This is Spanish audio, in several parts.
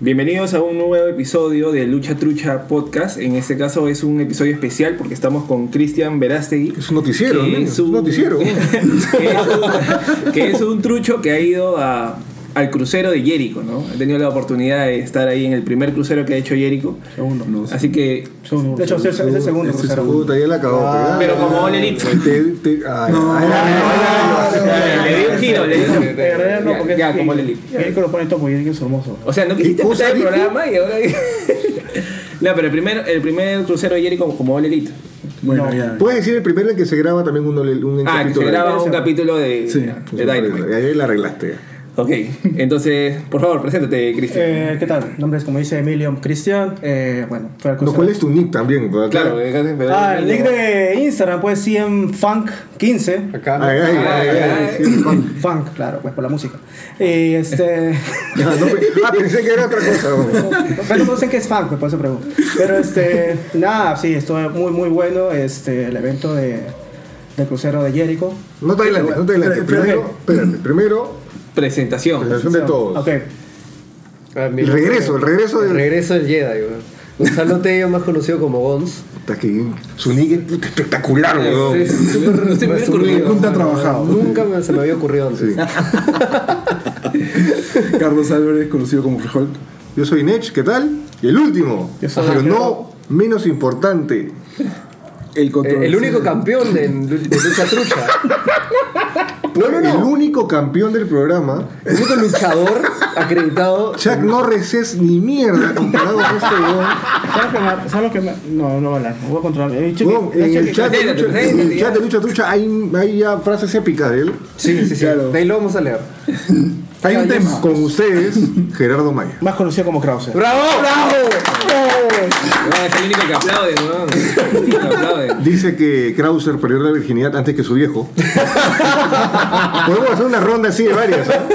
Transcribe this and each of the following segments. Bienvenidos a un nuevo episodio de Lucha Trucha Podcast. En este caso es un episodio especial porque estamos con Cristian Verástegui. Es un noticiero, que ¿no? es Es un noticiero. que, es un, que es un trucho que ha ido a- al crucero de Jericho, ¿no? He tenido la oportunidad de estar ahí en el primer crucero que ha hecho Jericho. Segundo. Así que De hecho, es el- es el segundo Este crucero. segundo ya la acabó. Ah, pero pero ya. como All Elite. Te- te- ay, ay, ay, ay, ay, ay. Le di un giro, le di un giro. En realidad no, porque Ya, es- como All Elite. y ahí que lo pone todo porque es hermoso. O sea, no quisiste ¿Qué cosa empezar el dijo? programa y ahora. no, pero el primer, el primer crucero de Jericho como All Elite. Bueno, Puedes decir el primero en que se graba también un, un, un Ah, que se capítulo. graba un capítulo de, Sí. de Dynamite. Ahí la arreglaste. Ok, entonces, por favor, preséntate, Cristian. Eh, ¿Qué tal? Mi nombre es, como dice Emilio, Cristian. Eh, bueno, fue al No, crucero. ¿Cuál es tu nick también? Pues, claro, eh, eh. déjate pero- Ah, el link de Instagram, pues, CMFunk15. Ay, ay, ay, ay, ay, sí, el pan. Funk, claro, pues, por la música. Y este... Ah, no, pe- ah, pensé que era otra cosa. vamos. Pero no sé qué es funk, pues, por eso pregunto. Pero este... Nada, sí, estuvo muy, muy bueno este, el evento de, del crucero de Jericho. No te adelantes, no te adelantes. Pero- Primero, espérate, primero, Presentación. presentación de todos. Ok. Ah, mi El nombre- regreso, el regreso del- El regreso del Jedi, weón. Gonzalo Tello, más conocido como Gons. Puta, que Su nick es puta, espectacular, weón. Es- es súper No se me hubiera resumido, ocurrido. Nunca ha weón. trabajado. Nunca me- se me había ocurrido antes. Ah, Eh, Sí. Carlos Álvarez, conocido como Frijol. Yo soy Nech, ¿qué tal? Y el último, Yo soy pero Alfredo. no menos importante, El, El, Eh, control- el único campeón de, de lucha trucha. el único campeón del programa. El único luchador acreditado. Chuck Norris es ni mierda comparado con este weón. ¿Sabes lo que me- ¿Sabes lo que me.? No, no voy a hablar. Voy a controlar. Eh, chiqui- Weón, eh, en el chiqui- chat de Preséntate, Lucha, en el preséntate, chat de Lucha Trucha hay, hay ya frases épicas de él. Sí, sí, sí. Claro. De ahí lo vamos a leer. Hay un tema. Con ustedes, Gerardo Maya. Más conocido como Krause. ¡Bravo! ¡Bravo! Ah, es el único que aplaude, weón. El único que aplaude. Dice que Krauser perdió la virginidad antes que su viejo. Podemos hacer una ronda así de varias. ¿ah?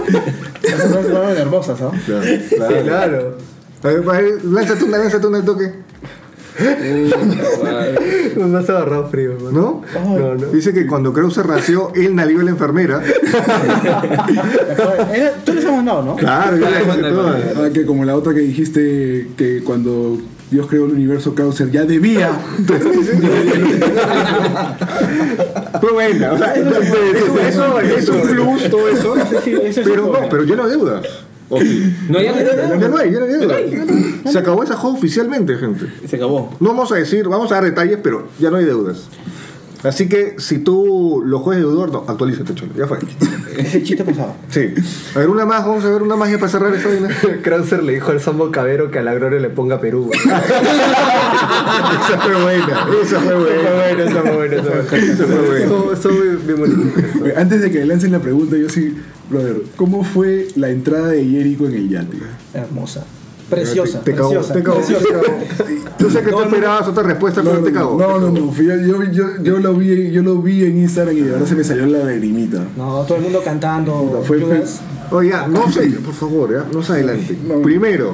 Esas son huevas hermosas, ¿no? Claro, claro. Claro. A ver, a ver, lánzate una, lánzate una al toque. Me has agarrado frío, weón. ¿No? No, no. Dice que cuando Krauser nació, él nalió a la enfermera. Eh, Tú les has mandado, ¿no? Claro, yo le Manda, hice todas. manda. Ah, que como la otra que dijiste que cuando Dios creó el universo, Krauser ya debía. Fue buena, o sea, eso, eso, es un plus, todo eso. Pero no, pero ya no hay deuda. O sí. No, ya Ya no hay, ya no hay deuda. Se acabó esa juego oficialmente, gente. Se acabó. No vamos a decir, vamos a dar detalles, pero ya no hay deudas. Así que si tú lo juegas de deudor, no, actualízate, cholo. Ya fue. Ese chiste pasado. Sí. A ver, una más, vamos a ver una más ya para cerrar esta vaina. Krauser le dijo al Sambo Cabero que a la Gloria le ponga Perú. weón. Esa fue buena, esa Ah, fue Está buena. bueno, está bueno, está bueno. Eso fue bueno. Estuvo- estuvo bien- bien bonito. Oye, Antes de que le lancen la pregunta, yo sí, brother, ¿cómo fue la entrada de Jericho en el yate? Hermosa. Preciosa. Te cagó, preciosa, te cagó. preciosa. Yo sé que tú esperabas otra respuesta, pero te cagó. no, no, no, fui- yo, yo, yo lo vi, yo lo vi en Instagram y de verdad se me salió la lagrimita. No, todo el mundo cantando. Fue- Judas. Oye, ya, no sé, por favor, ya, no se adelante. Primero,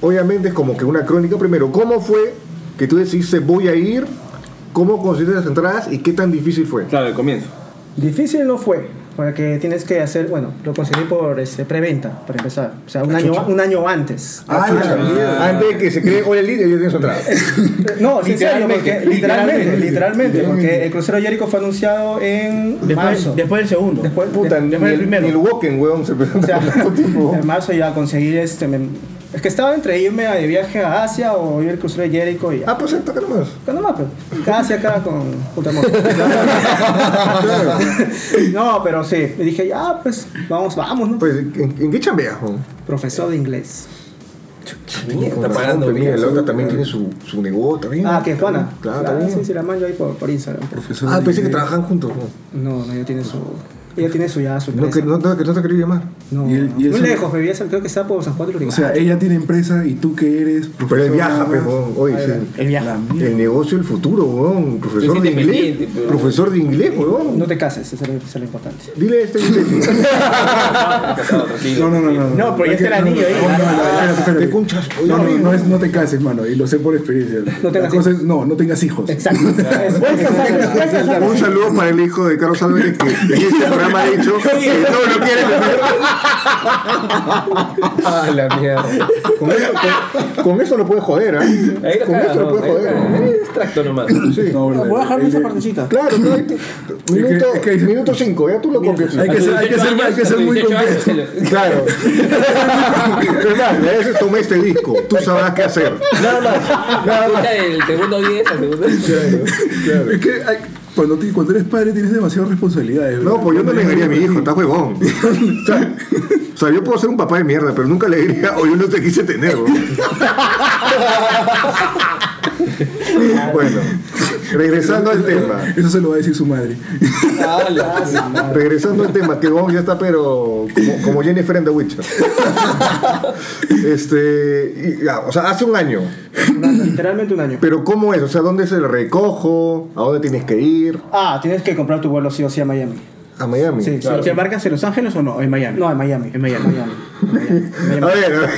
obviamente es como que una crónica. Primero, ¿cómo fue que tú decidiste voy a ir? ¿Cómo conseguiste las entradas y qué tan difícil fue? Claro, el comienzo. Difícil no fue. Porque tienes que hacer, bueno, lo conseguí por este, preventa, para empezar. O sea, un año, un año antes. Ah, la mierda. Antes de que se cree hoy el líder, ya tienes entradas. No, sí, en serio, porque literalmente, literalmente, porque Literalmente. el crucero Jericho fue anunciado en marzo. Después, después del segundo. Después, Puta, de- ni, después del el, ni primero. el Woken, weón, se O presentó sea, tanto tiempo. en marzo ya conseguir este. me- es que estaba entre irme a- de viaje a Asia o ir al crucero de Jericho y. Ah, pues esto que nomás. acá nomás, pues. Acá Asia, acá con puta madre. No, pero sí. Y dije, ya, pues vamos, vamos, ¿no? Pues, ¿en, en qué chambeas, weón? Profesor de inglés. Con razón parando, tenía, mira, pues, la otra también tiene su, su negocio también. Ah, que Juana. Claro, Ah, también. sí, sí, la mando ahí por, por Instagram. Profesor Ah, de pensé que inglés. trabajan juntos, weón. No, no, ella tiene su. Ella tiene su ya, su No, que empresa. no, no, que no te quería llamar. No, Y él- y él muy se- lejos, bebía, creo que está por San Juan de O Lurigancho. sea, ella tiene empresa y tú que eres Pero él profesora. viaja, pues, weón. Oye, sí. El viaje. El negocio del futuro, weón. Profesor Es de independiente, inglés. pero- Profesor de inglés, weón. no te cases, eso es lo- eso es lo importante. Dile a este inglés. Casado, tranquilo. No, no, no, no. No, pero ya Es que- será niño ahí. no, no, no, no, espérate, espérate. Te conchas, oye, No, no, horrible. no, es, no te cases, mano, y lo sé por experiencia. No La tengas cosa es, no, no tengas hijos. Exacto. Exacto. Un saludo para el hijo de Carlos Álvarez que en este programa ha dicho que no lo quiere tener. Ah, la mierda. Con eso, con, con eso lo puede joder, ¿ah? Ahí la Con caga, eso lo no, puede ahí la joder. caga. ¿no? Es tracto nomás. Sí. No, brother, Voy a dejarme el de- esa partecita. Claro, pero ahí te- minuto, es que- minuto cinco, ya tú lo copias. Hay que ser, hay que ser, hay que ser muy completo. Claro. Hernán, a veces tomé este disco. Tú sabrás qué hacer. Nada más. Nada más. El segundo 10, el segundo Es que hay- cuando, ti- cuando eres padre tienes demasiadas responsabilidades. No, ¿verdad? pues yo no le Cuando negaría a mi eres- hijo, está huevón. O sea, o sea, yo puedo ser un papá de mierda, pero nunca le diría, o yo no te quise tener. ¿no? Bueno, regresando al tema. Eso se lo va a decir su madre. Regresando al tema, que vamos, ya está, pero como, como Jennifer en The Witcher. Este, y, ya, o sea, hace un año. Literalmente un año. Pero ¿cómo es? O sea, ¿dónde se le recojo? ¿A dónde tienes que ir? Ah, tienes que comprar tu vuelo sí o sí a Miami. A Miami. Sí, Claro. sí. ¿Te embarcas en Los Ángeles o no? O en Miami. No, en Miami. En Miami. Miami. A ver, a ver.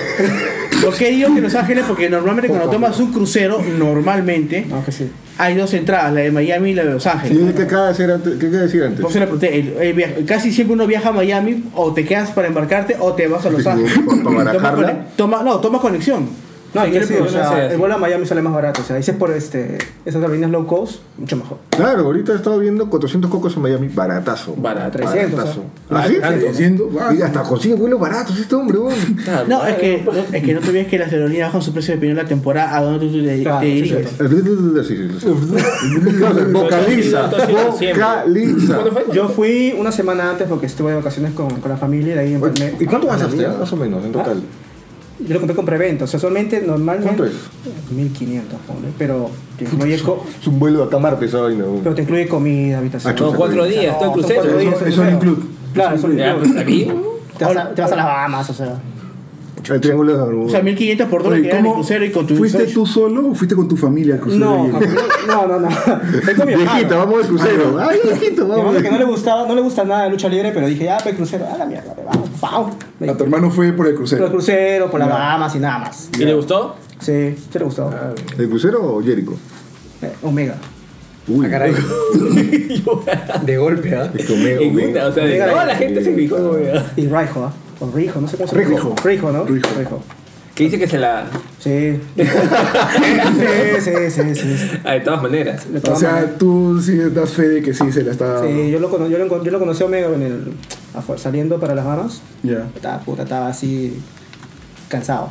¿Por qué digo que Los Ángeles? Porque normalmente cuando tomas un crucero, normalmente No, que sí. hay dos entradas, la de Miami y la de Los Ángeles. ¿Y ¿Qué acaba de hacer antes? ¿Qué acaba de decir antes? Por eso le pregunté, el- el viaje- casi siempre uno viaja a Miami o te quedas para embarcarte o te vas a Los Ángeles. ¿Para barajarla? Tomas cone- toma- no, tomas conexión. No, Sí, yo yo sí, no o sea, sé, así. el vuelo a Miami sale más barato. O sea, dices por este, esas aerolíneas low cost, mucho mejor. Claro, ahorita he estado viendo 400 cocos en Miami, baratazo. Barato. 300, Baratazo. o sea. ¿Ah, sí? Barato. Diciendo, va, Y hasta consigue vuelos baratos este hombre, weón. No, es que, es que no te olvides que las aerolíneas bajan su precio dependiendo de la temporada a donde tú te, Claro, te sí, diriges. sí. Sí, sí, sí. Vocaliza, vocaliza. ¿Cuándo fue? Yo fui una semana antes porque estuve de vacaciones con, con la familia y de ahí enfermé. ¿Y cuánto a la gastaste? mierda. Más o menos, en total. Yo lo compré con preventa. O sea, solamente normalmente. ¿Cuánto es? 1500, ponle, Pero te incluye, co- Es un vuelo de acá a Martes ahora. pero te incluye comida, Ah, habitación. chucha. No, cuatro días, todo el No, son cuatro crucero. días, Eso- eso no crucero. incluye. Claro, eso no Ya, incluye. pues está bien. Te vas, a, te vas a las Bahamas, o sea. El triángulo de las O sea, Bermudas. 1500 por dólar Oye, que dan el ¿cómo crucero y con tu ¿Fuiste research. tú solo o fuiste con tu familia al crucero? No, de no, hielo? no, no. Es con mi Viejita, hermano. vamos al crucero. Ay, viejito, Mi hermano vamos. que no le gustaba, no le gusta nada de lucha libre, pero dije, ya, pues crucero, a la mierda, pues, vamos, vamos. Me A tu hermano fue por el Por el crucero. crucero, por las Bahamas y nada más. ¿Y le gustó? Ah, Sí, sí le gustó. ¿El crucero o Jericho? Eh, Omega. Ah, Uy, Caray. De golpe, ¿ah? Es que Omega, En Omega. una, o sea, de- Omega. toda la gente se fijó. güey. Y Rijo, ¿ah? O Rijo, no sé cómo se llama. Rijo. Rijo, ¿no? Rijo. Que dice que se la. Sí. sí, sí, sí, sí, sí. Ah, de todas maneras. De O todas maneras. sea, tú sí das fe de que sí se la está. Sí, yo lo, cono- yo, lo, encon- yo lo conocí a Omega en el, afu- saliendo para las Bahamas. Ya. Estaba puta, estaba así cansado.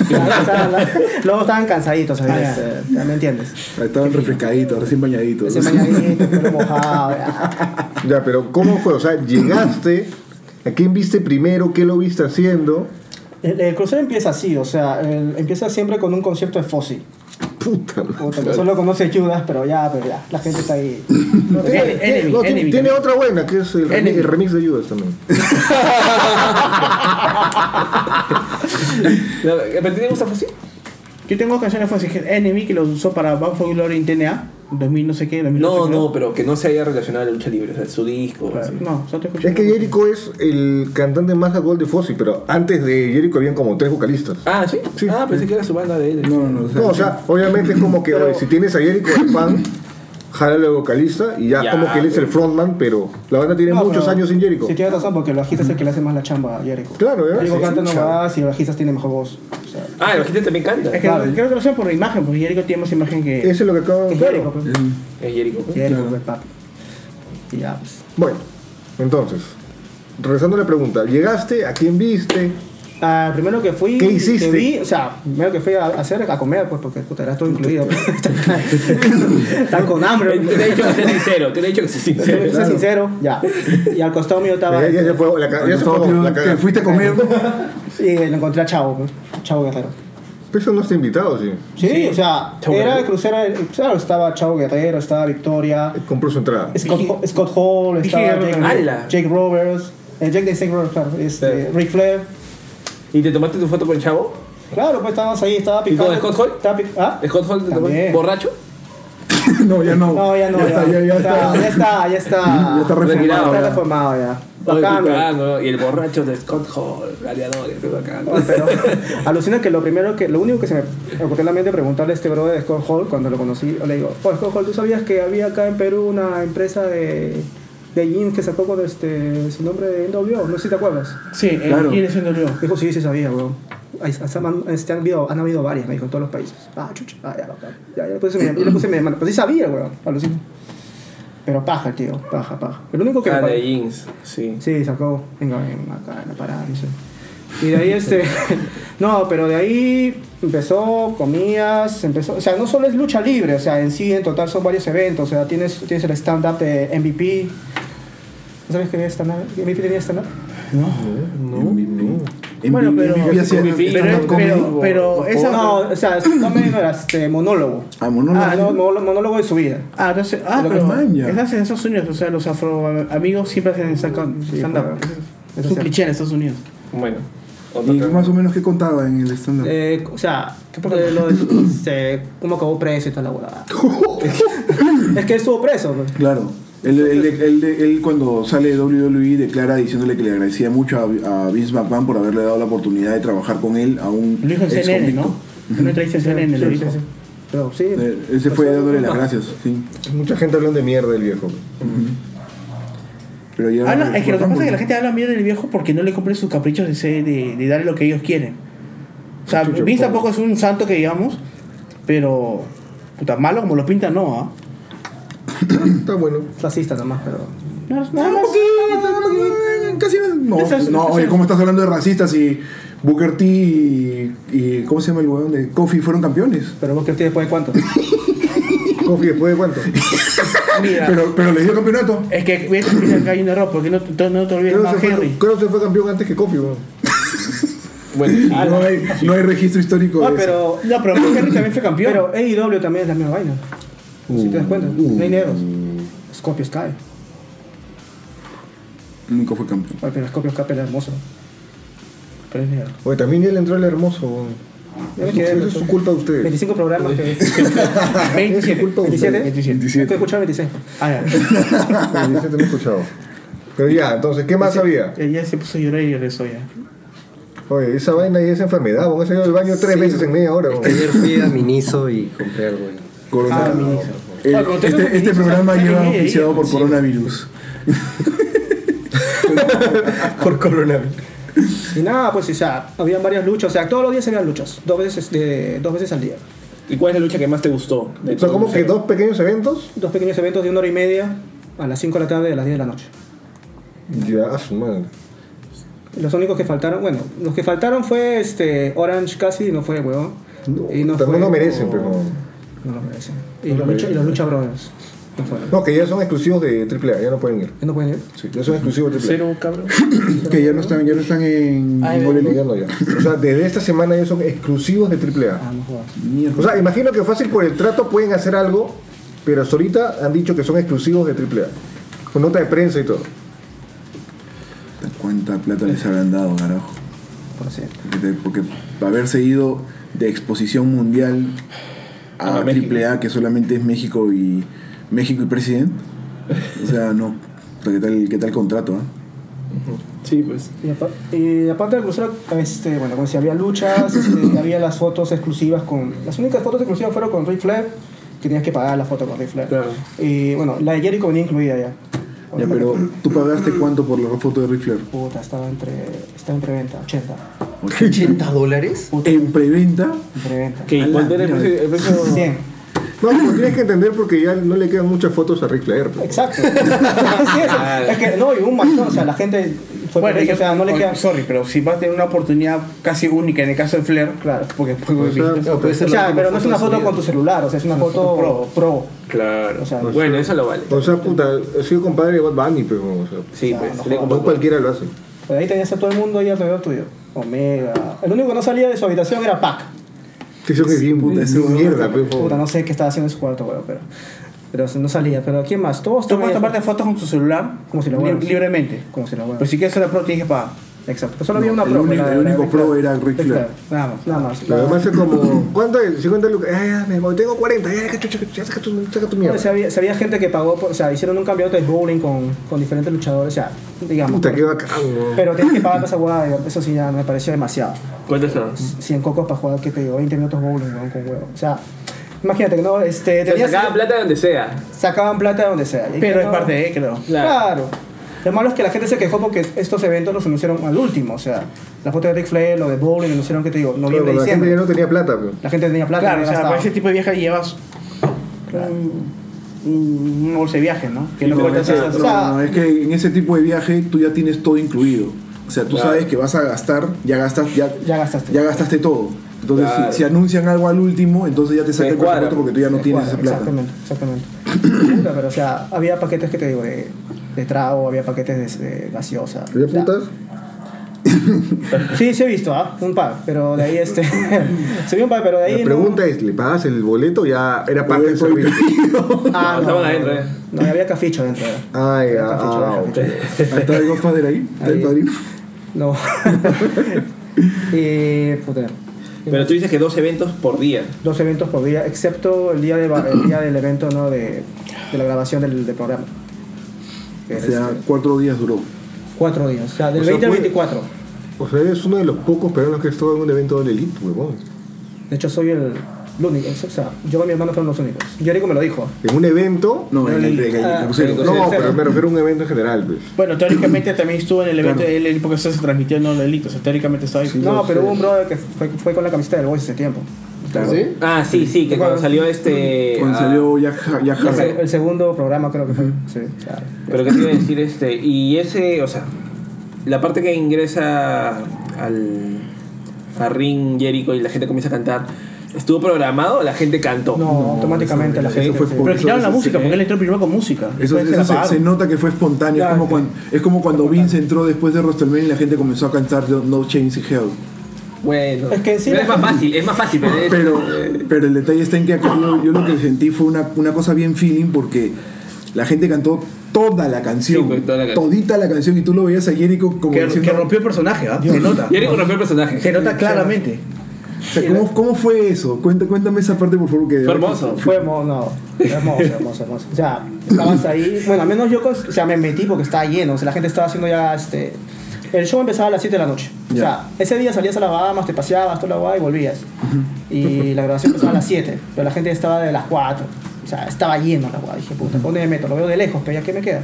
Estaba cansado, la- Luego estaban cansaditos, ¿sabes? Eh, ya ¿me entiendes? Estaban refrescaditos, recién bañaditos. Ese bañadito, pelo mojado. ya. Ya, pero ¿cómo fue? O sea, llegaste. ¿A quién viste primero? ¿Qué lo viste haciendo? El, el crucero empieza así, o sea, el- empieza siempre con un concierto de Fossil. Puta. Puta, que solo conoce Judas, pero ya, pero ya, la gente está ahí. Enemy, Tiene, no, tiene- enemy. tiene otra buena que es el, remix, el remix de Judas también. No, ¿Pero tenemos a fusil? Yo tengo canciones fáciles, que Enemy, que los usó para Bound for Glory en TNA, 2000 no sé qué, 2000 No, no, pero que no se haya relacionado a la lucha libre, o sea, su disco. así. No, solo te escuché. Es que Jericho es el cantante más actual de Fossil, pero antes de Jericho habían como tres vocalistas. Ah, ¿sí? Ah, pensé que era su banda de él. No, no, no. No, o sea, obviamente es como que oye, si tienes a Jericho de fan, jálale al vocalista y ya, Ya, como que él es el pues. frontman, pero la banda tiene No, muchos pero años sin Jericho. Sí, tienes razón, porque el bajista es el que le hace más la chamba a Jericho. Claro, ¿eh? Jericho Sí, canta no chucha. más y el bajista tiene mejor voz. O sea, Ah, la gente también canta. Es Es que Claro. creo que lo hacen por la imagen, porque Jericho tiene más imagen que. Eso es lo que acabo de es claro. Mm, Jericho, pues. Jericho. Jericho, pues, papi. Y ya, pues. Bueno, entonces, regresando a la pregunta, ¿llegaste? ¿A quién viste? Ah, primero que fui, ¿Qué hiciste? que vi, o sea, primero que fui a a hacer, a comer, pues, porque puta, era todo incluido. Están con hambre. Te he dicho que sea sincero, te he dicho que sea Soy sincero. sincero, ya. Y al costado mío estaba. Ya, ya se fue, la, ca- ya se Todo fue, tío, la te caga. fuiste a comer. Y eh, lo encontré a Chavo, pues, Chavo Guerrero. Pero eso no está invitado, sí. Sí, o sea, Chavo era Guerrero. el crucero, el crucero, estaba Chavo Guerrero, estaba Victoria, Compró su entrada. Scott, Ho- Scott Hall, estaba Guerrero. ¡Hala! Jake, Jake Roberts, eh, Jake de St. Roberts, claro, este, Sí. Ric Flair. ¿Y te tomaste tu foto con el chavo? Claro, pues estábamos ahí, estaba ¿Y picado. con Scott Hall? Estaba pic- ¿Ah? ¿Scott Hall te tomaste? También. ¿Borracho? No, ya no. No, ya no, ya, está, ya, ya está. ya está, ya está. Ya está reformado. Está ya. reformado ya. Oye, Bacán, qué güey. bacán, ¿no? Y el borracho de Scott Hall, Gladiadores, qué bacán. Pero alucina que lo primero que, lo único que se me ocurrió en la mente preguntarle a este brother de Scott Hall cuando lo conocí, le digo, pues Scott Hall, ¿tú sabías que había acá en Perú una empresa de, de jeans que sacó con este, su nombre de NWO? No sé si te acuerdas. Sí, el Claro. Guinness NWO. Dijo, sí, sí sabía, weón. Ahí- hasta me han, este, han, habido, han habido varias, me dijo, en todos los países. Ah, chucha, ah, ya, bacán. ya, ya le puse mi, yo le puse mi mano. Pues sí sabía, weón, alucina. Pero paja, tío, paja, paja. El único que me Ah, pare- de jeans, sí. Sí, sacó. Venga, ven, acá en la parada, dice. Y de ahí este. no, pero de ahí empezó comidas, empezó. O sea, no solo es lucha libre, o sea, en sí, en total son varios eventos. O sea, tienes, tienes el stand-up de MVP. ¿No sabes que había stand-up? ¿MVP tenía stand-up? MVP. Bueno, pero- MVP hacía MVP, stand-up Pero, comedy. pero, pero esa. No, o sea, stand-up era este, monólogo. Ah, monólogo. Ah, no, monólogo- monólogo de su vida. Ah, no sé. Ah, Pero pero. maña. Esas en Estados Unidos, o sea, los afro amigos siempre hacen stand-up. Sí, stand-up. pues, eso Es es un cierto. cliché en Estados Unidos. Bueno, otra ¿Y cosa. más o menos qué contaba en el stand-up? Eh, o sea, eh, lo de- este, cómo acabó preso y toda la huevada. es que él estuvo preso, pues. Claro. Él, él- él- él- él cuando sale de WWE declara diciéndole que le agradecía mucho a, a Vince McMahon por haberle dado la oportunidad de trabajar con él a un Lo dijo en ex CNN, ¿no? convicto. En una entrevista en CNN, lo Sí, dijo. sí, sí. Pero sí. Eh, Él se fue dándole las gracias, sí. Mucha gente hablando de mierda del viejo. Pero ya Habla- Ah, es que lo que pasa es que la gente habla mierda del viejo porque no le cumplen sus caprichos de, ser- de, de darle lo que ellos quieren. O sea, Chucha, Vince pobre. tampoco es un santo que digamos, pero puta, malo como lo pintan, no, ¿ah? Está bueno. Fascista nomás, pero. No, es nada más. Casi no. Esa es- No, esa oye, es- ¿cómo estás hablando de racistas y Booker T y, y- ¿Cómo se llama el weón de Kofi fueron campeones? Pero vos que ustedes después de cuánto. Coffee, ¿después de cuánto? Mira, Pero, pero les dio campeonato. es que ves mira, acá hay un error porque no, te- no te olvides Creo más que se fue, Henry. creo que se fue campeón antes que Coffee, weón. Bueno, No hay, no hay registro histórico Ah, de eso. pero. No, pero Mark Henry también fue campeón. Pero AEW E también es la misma vaina. si te das cuenta, no hay negros. Scorpio Sky. Nunca fue campeón. Ay, pero Scorpio Sky era hermoso. Pero es negro. Oye, también él entró el hermoso, weón. Ya me Eso quedé, eso es su culpa de ustedes. 25 programas que. Eso es 27. culpa de ustedes. 27. 27. Estoy escuchando 26. Ah, ya. El 17 no he escuchado. Pero ya, entonces, ¿qué más había? Ya- ya se puso a llorar y regresó ya. Oye, esa vaina y esa enfermedad, weón. Ese ido al baño tres veces en media hora, weón. Ayer fui a Miniso y compré algo. Corona. El- Ah, como tenemos este, este ministros, programa sale lleva ahí, ahí, auspiciado por coronavirus. Por coronavirus. Y nada, pues, o sea, habían varias luchas. O sea, todos los días habían luchas. Dos veces, de, dos veces al día. ¿y cuál es la lucha que más te gustó? de O sea, todo? como que dos pequeños eventos. Dos pequeños eventos de una hora y media a las 5 de la tarde y a las 10 de la noche. Ya, a su madre. Los únicos que faltaron, bueno, los que faltaron fue este Orange Cassidy, no fue, huevón. No, Y no pero fue- no lo merecen, pero. No lo merecen. Y, No lo los, lucha, merecen. y los Lucha Brothers. No fueron. No, que ya son exclusivos de AAA, ya no pueden ir. ¿No pueden ir? Sí, ya son exclusivos de AAA. Cero, cabrón. Que ya no están, ya no están en All No, Elite. ya no, ya. O sea, desde esta semana ya son exclusivos de AAA. Ah, no jodas. O sea, imagino que fácil por el trato pueden hacer algo, pero hasta ahorita han dicho que son exclusivos de AAA. Con nota de prensa y todo. ¿Cuánta plata les habrán dado, carajo? Por cierto. Porque, porque haberse ido de exposición mundial a A México. AAA, que solamente es México y México y presidente. O sea, no. ¿Qué tal, qué tal contrato? ah? Sí, pues. Y, apa- y aparte del crucero, este, bueno, como si había luchas, este, había las fotos exclusivas con. Las únicas fotos exclusivas fueron con Ric Flair, que tenías que pagar la foto con Ric Flair. Claro. Y bueno, la de Jericho venía incluida ya. Ya, pero ¿tú pagaste cuánto por la foto de Ric Flair? Puta, estaba entre. Estaba en preventa, 80. ¿80 dólares? En preventa, En preventa. ¿Qué? A ¿Y ¿Cuánto la era el mierda. precio? El precio... 100. No, pero tienes que entender porque ya no le quedan muchas fotos a Ric Flair. pues. Exacto. Así es. Es que no, y un montón, o sea, la gente fue por eso, o sea, no le queda. Sorry, pero si vas a tener una oportunidad casi única en el caso de Flair, claro, porque después O sea, No, puede ser O la sea, última pero no es una foto subida. con tu celular, o sea, es una foto pro. foto Claro. O sea, bueno, eso lo vale. O sea, puta, he sido compadre de Bad Bunny, pero. O sea, Sí, Ah, pues. no sería no como- cualquiera lo hace. Pues ahí tenías a todo el mundo ahí alrededor tuyo. Omega. El único que no salía de su habitación era Pac. Sí, son que es bien, Puta, bien ese huevón mierda, pues, po. Puta, no sé qué estaba haciendo en su cuarto, weón, pero. Pero no salía. Pero ¿quién más? Todos Tú estaban puedes ahí- tomarte fotos con tu celular Como si lo lib- guardas. libremente. Como si la Pero hueá. si quieres hacer la pro, tienes que pagar. Exacto. Solo había una el pro. único- la- el la- único Ric pro Flair. era Ric Flair. Nada más. Nada más. Lo demás es como, ¿cuánto es? 50 lucas. Ah, ya, me voy, tengo 40. Ya, ya, chucha, ya, saca tu, saca tu No, mierda. si había, si había gente que pagó, por- o sea, hicieron un campeonato de bowling con, con diferentes luchadores, o sea, digamos. Puta, qué bacán, weón. Pero tienes que pagar para esa huevada, digamos, eso sí ya me pareció demasiado. ¿Cuántas son? 100 cocos para jugar, que te digo, 20 minutos bowling, weón, con huevo. O sea, imagínate, ¿no? Este, Se tenías- sacaban plata donde sea. sacaban plata de donde sea. Y Pero que es no- parte de, creo. Claro. Lo malo es que la gente se quejó porque estos eventos los anunciaron al último, o sea, la foto de Ric Flair, lo de bowling, anunciaron que te digo, Claro, noviembre, pero la gente diciembre. ya no tenía plata, pues. weón. La gente tenía plata, Claro, no o sea, pues, gastaba. para ese tipo de viaje llevas un, un bolso de viaje, ¿no? Que no Pero cuentas es que- esas. no, o sea- no, es que en ese tipo de viaje tú ya tienes todo incluido. O sea, tú sabes que vas a gastar, ya gastas, ya, Ya gastaste. ya gastaste todo. Entonces, Claro. si, si anuncian algo al último, entonces ya te saca el cuadra. presupuesto porque tú ya no tienes esa plata. Exactamente, exactamente. Puta, pero o sea, había paquetes que te digo de, de trago, había paquetes de, de gaseosa. ¿Había O sea, putas? Sí, sí he visto, ¿ah? Un par, pero de ahí este. se vio un par, pero de ahí. La no- pregunta es, ¿le pagas el boleto? Ya era parte del servicio. Ah, no, Estaban adentro, ¿eh? no, y había caficho eh. dentro. Ay, Había ah, caficho, había ah, caficho. Ahí está el Godfather ahí, está el Ahí. padrino. No. eh, puta. Pero tú dices que dos eventos por día. Dos eventos por día, excepto el día, de, va- el día del evento, ¿no? De, de la grabación del, del programa. Que O es, sea, este, cuatro días duró. cuatro días, o sea, del O sea, 20 al puede- 24. O sea, eres uno de los pocos peruanos que estuvo en un evento de Elite, huevón. De hecho, soy el, el único. O sea, yo y mi hermano fueron los únicos. Yorico me lo dijo. En un evento. No, en el, en el ah, crucero. en el No, pero me refiero a un evento en general, pues. Bueno, teóricamente también estuvo en el evento de él porque eso se transmitió no lo delito. O sea, teóricamente estaba ahí. No, pero hubo un brother que fue, fue con la camiseta del Boys ese tiempo. ¿Sí? Ah, sí, sí, que cuando salió este. Cuando ah, salió Jack, Ha- Jack El, Harlow. se- el segundo programa creo que fue. Sí, o sea, Pero qué te iba a decir este. Y ese, o sea, la parte que ingresa al. a Ring Jericho y la gente comienza a cantar. ¿Estuvo programado o la gente cantó? no, automáticamente la gente. eso fue sí. por- Pero quitaron la Eso- música sí. porque él entró primero con música. Eso, Después eso la se, se apagaron. nota que fue espontáneo. Ya, es, como sí. cuando, es como cuando Vince entró después de WrestleMania y la gente comenzó a cantar No Chains in Hell. Bueno. Es que en sí Pero la es más fácil, es más fácil. Pero, es- Pero, pero el detalle está en que acá yo, yo lo que sentí fue una, una cosa bien feeling porque la gente cantó toda la canción. Sí, pues, toda la canción. Todita la canción y tú lo veías a Jericho como Que, diciendo, que rompió el personaje, ¿ah? Se nota. Jericho rompió el personaje. Se nota claramente. o sea, ¿cómo, cómo fue eso? Cuenta- cuéntame esa parte por favor. Que de Fue verdad- hermoso. Fue hermoso, no, hermoso, hermoso, hermoso. O sea, estabas ahí. Bueno, al menos yo cons- o sea, me metí porque estaba lleno. O sea, la gente estaba haciendo ya este. El show empezaba a las 7 de la noche. O sea, ese día salías a las Bahamas, te paseabas, toda la guay y volvías. Y la grabación empezaba a las 7, pero la gente estaba de las 4. O sea, estaba lleno la guay. Dije, puta, ¿dónde me meto? Lo veo de lejos, pero ya qué me queda.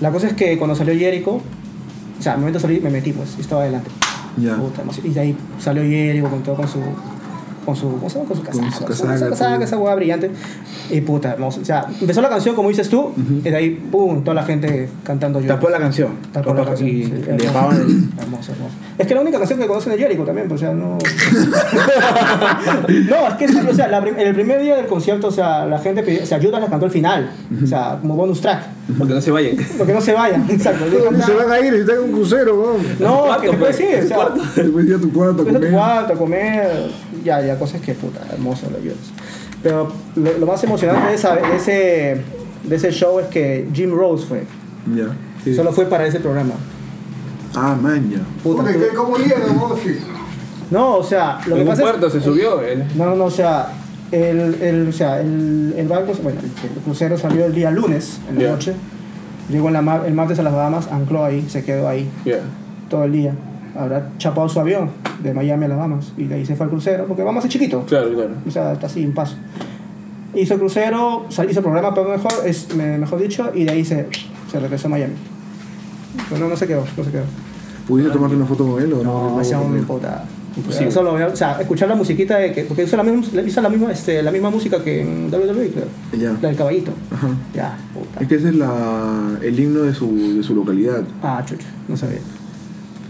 La cosa es que cuando salió Jericho, o sea, al momento de salir me metí, pues, y estaba adelante. Ya. Puta, emoción. y de ahí salió Jericho con todo con su. Con su, ¿cómo se llama? Con su casaca. su Con su casaca, casaca, todo. esa hueá brillante. Y puta, hermoso. O sea, empezó la canción como dices tú, y de ahí, pum, toda la gente cantando yo. Tapó la canción. Tapó la canción. Y sí, le hermoso. llamaban el- hermoso, hermoso. Es que la única canción que conocen de Jericho también, pues, o sea, no. no, es que, en serio, o sea, la prim- en el primer día del concierto, o sea, la gente pidió, o sea, Judas la cantó al final, o sea, como bonus track, Porque no se vayan. porque no se vayan, exacto. Se van a ir, están en un crucero, weón. No, Cuarto, ¿qué te puedo pues. decir? O sea, Cuarto. Después de tu cuarto a Fuiste a tu comer. cuarto a comer, ya, ya, cosas que puta, hermoso lo ayudas. Pero lo, lo más emocionante de, esa- de ese, de ese show es que Jim Rose fue. Ya. Sí. Solo fue para ese programa. Ah, maña. Puta, Puta, tú- que como llena, weón. No, o sea, lo que en un pasa es- puerto se subió él. No, no, no, o sea, el, el, o sea, el, el barco, bueno, el crucero salió el día lunes, en la Ya. noche. Llegó en la mar- el martes a las Bahamas, ancló ahí, se quedó ahí. Yeah. todo el día. Habrá chapado su avión de Miami a las Bahamas y de ahí se fue al crucero, porque Bahamas es chiquito, Claro, claro. o sea, está así, un paso. Hizo el crucero, sal- hizo el programa, pero mejor, es, me- mejor dicho, y de ahí se, se regresó a Miami. Pero no, no se quedó, no se quedó. ¿Pudiste tomarte una foto con él o no? demasiado no, no. puta. Solo, o sea, escuchar la musiquita de que, porque hizo la misma, hizo la misma, este, la misma música que en WWE, creo. Ya. La del caballito. Ajá. Ya, puta. Es que ese es la, el himno de su, de su localidad. Ah, chucha, no sabía.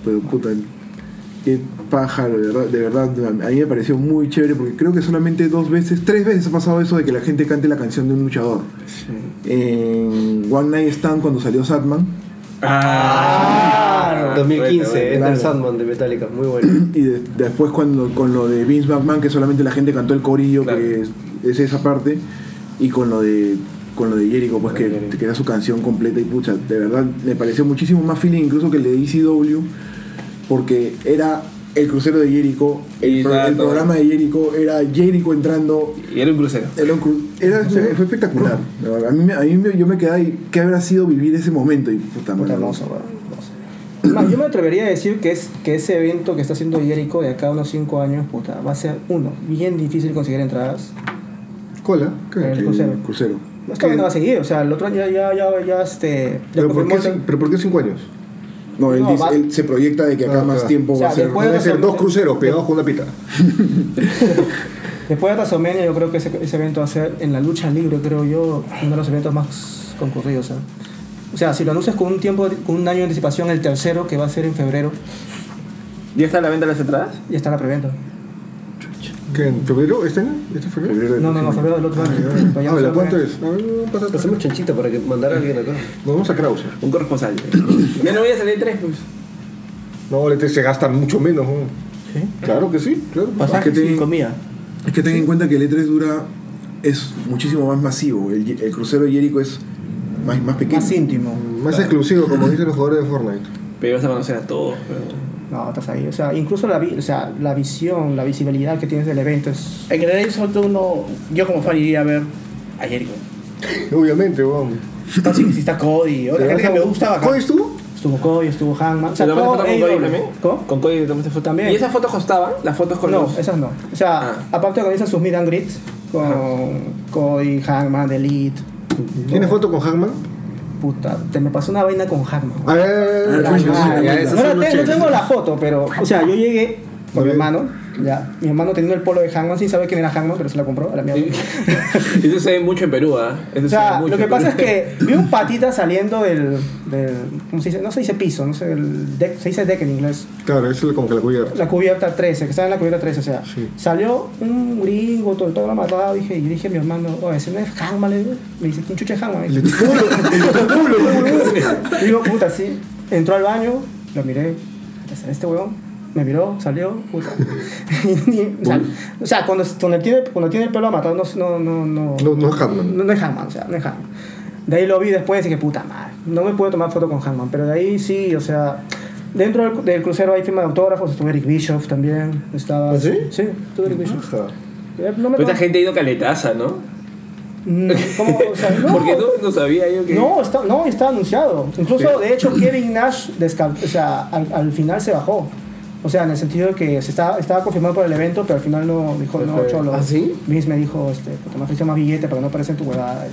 Pero puta, qué pájaro, de verdad, de verdad, a mí me pareció muy chévere porque creo que solamente dos veces, tres veces ha pasado eso de que la gente cante la canción de un luchador. En One Night Stand cuando salió Satman Claro. 2015, Ah, Bueno, Enter Sandman de Metallica, muy bueno. y de- después cuando con lo de Vince McMahon que solamente la gente cantó el corillo Claro. que es, es esa parte y con lo de con lo de Jericho pues que, que era su canción completa y pucha, de verdad me pareció muchísimo más feeling incluso que el de ECW porque era el crucero de Jericho, el, Y pro- nada, el todo. programa de Jericho, era Jericho entrando. Y era un crucero. era un cru- era- fue espectacular. A mí, me- a mí me- yo me quedé ahí, ¿qué habrá sido vivir ese momento? Y puta Puta, madre. no sé, weón, no sé. Es Más, yo me atrevería a decir que, es, que ese evento que está haciendo Jericho de acá a unos 5 años, puta, va a ser uno, bien difícil conseguir entradas. Cola. ah? Eh, en el El crucero. crucero. Esta vaina va a seguir, o sea, el otro año ya, ya, ya, ya, este, ya ¿Pero por, confirmó- qué, cin- pero por qué cinco años? No, él, No, dice- va- él se proyecta de que acá Ah, más claro. tiempo O sea, va a ser. después- Van a ser dos cruceros pegados con una pita. Después de WrestleMania, yo creo que ese, ese evento va a ser en la lucha libre, creo yo, uno de los eventos más concurridos. ¿ah? O sea, si lo anuncias con un tiempo, con un año de anticipación, el tercero que va a ser en febrero, ¿Ya está a la venta las entradas? ya está la preventa. ¿Qué, ¿En febrero? ¿Este año? ¿Este febrero? Febrero del No, no, no, próximo febrero del otro año. Pero ya Ah, no se ¿la va a ¿cuánto poner. es? A ver, vamos a pasar. Hacemos chanchita para que mandar a alguien acá. Nos vamos a Krause. Un corresponsal. ya no voy a salir tres, pues. No, este se gastan mucho menos. ¿no? Sí. Claro que sí, claro. Pasajes que te- y comida. Es que ten en cuenta que el E3 dura. Es muchísimo más masivo. El, ye- el crucero de Jericho es más, más pequeño. Más íntimo. Más exclusivo, como dicen los jugadores de Fortnite. Pero vas a conocer a todos. pero- No, estás ahí. O sea, incluso la, vi- o sea, la visión, la visibilidad que tienes del evento es. En general, eso todo uno. Yo como fan iría a ver a Jericho. Obviamente, vamos. No, si, si está Cody, otra gente que me gusta bacán. ¿Cómo tú? Estuvo Cody, estuvo Hangman. O sea, ¿Te tomaste todo foto con Cody AEW. también? ¿Cómo? Con Cody te tomaste foto. También. ¿Y esas fotos costaban? Las fotos con No, los... esas no. O sea, Ah. aparte organizan sus meet and greets con Cody, Hangman, Elite. ¿Tienes foto con Eh, Hangman? Puta, te me pasó una vaina con Hangman. A ver, ver, a ver, Puta cuéntanos, a madre. ver, a ver, No, Ah, esos la son los tengo, no chéveres. tengo la foto, pero. O sea, yo llegué con mi Bien. hermano. Ya, mi hermano teniendo el polo de Hangman, sin saber quién era Hangman, pero se la compró a la mierda. Eso se ve mucho en Perú, ¿ah? Eso O se ve sea, mucho lo que en pasa es Perú. que vi un patita saliendo del, del ¿cómo se dice? No se dice piso, no sé, el deck, se dice deck en inglés. Claro, eso es como que la cubierta. La cubierta 13, que estaba en la cubierta 13, o sea, Sí. salió un gringo, todo, todo lo matado, dije, y yo dije a mi hermano, oye, ese no es Hangman, le digo. me dice, ¿quién chucha es Hangman? Le digo, puta, sí. Entró al baño, lo miré, "¿Será este huevón? Me miró, salió, puta. Y, o sea, o sea, cuando, cuando, tiene, cuando tiene el pelo matado, no, no, no, no, No, no es Hangman. no, no es Hangman, o sea, no es Hangman. De ahí lo vi después y dije, puta madre, no me puedo tomar foto con Hangman, pero de ahí sí, o sea, dentro del, del crucero hay firma de autógrafos, estuvo Eric Bischoff también, estaba... ¿Ah, sí? Sí, estuvo Eric Bischoff. Ajá. Eh, No me Pero esta tomé- gente ha ido caletaza, ¿no? Mm, ¿Cómo? O sea, no. Porque no, no sabía yo que... No, está, no, está anunciado. Incluso, de hecho, Kevin Nash descal- o sea, al, al final se bajó. O sea, en el sentido de que se estaba, estaba confirmado por el evento, pero al final no dijo, no, Cholo. ¿Ah, sí? Vince me dijo, este, puta, me ofreció más billete para que no aparecer en tu huevada.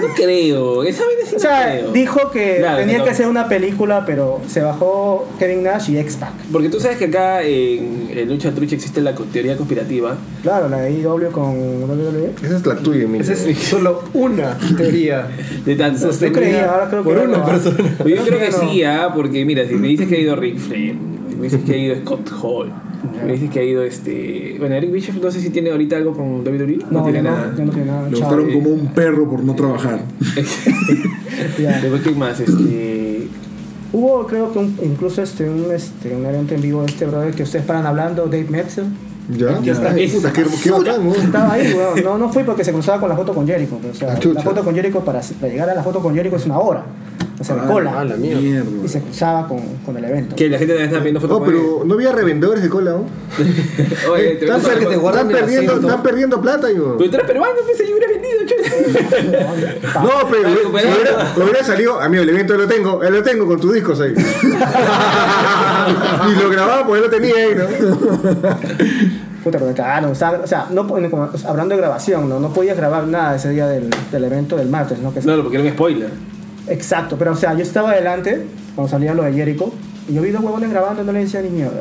No creo. Esa vez sí O no sea, creo. dijo que Claro, tenía no. que hacer una película, pero se bajó Kevin Nash y X-Pac. Porque tú sabes que acá en, en Lucha Trucha existe la co- teoría conspirativa. Claro, la de IW con WWE. Esa es la tuya, Emilio. Esa es solo una teoría. De tan Yo creía, ahora creo que Por no, una ¿ah? persona. Pero Yo creo que no. sí, ¿ah? Porque mira, si me dices que ha ido Rick Flair, me dices que ha ido Scott Hall, me dices que ha ido este... Bueno, Eric Bischoff no sé si tiene ahorita algo con WWE. No, tiene ya no, nada. ya no tiene nada. Lo Chao. votaron como un perro por no trabajar. Ya. Después, ¿qué más? Este... Hubo, creo que un- incluso este, un, este, un evento en vivo de este brother que ustedes paran hablando, Dave Metzel. ¿Ya? Ya está. Ay, puta, qué, qué bacán, ¿no? Estaba ahí, weón. No, no fui porque se cruzaba con la foto con Jericho. pero, o sea, Ah, chucha. la foto con Jericho, para, para llegar a la foto con Jericho es una hora. O sea, de cola. ah, la mierda. Y se cruzaba con, con el evento. Que la gente también está viendo fotos. No, pero eh, no había revendedores de cola, ¿no? con- Oye, te Están, meto- per- que te guardan están el perdiendo, asiento. están perdiendo plata, yo. Pero tú eres peruano, pensé que hubieras vendido, chulo. Pa- No, pero Ah, hubiera- superado. hubiera, hubiera salido, amigo, el evento lo tengo, eh, lo tengo con tus discos ahí. y lo grababa porque lo tenía ahí, ¿no? Puta, pero me cagaron. estaba- o sea, no, po- como- o sea, hablando de grabación, ¿no? No podías grabar nada ese día del, del evento del martes, ¿no? Que- No, no, porque era un spoiler. Exacto, pero o sea, yo estaba adelante cuando salía lo de Jericho y yo vi dos huevones grabando no le decía ni mierda.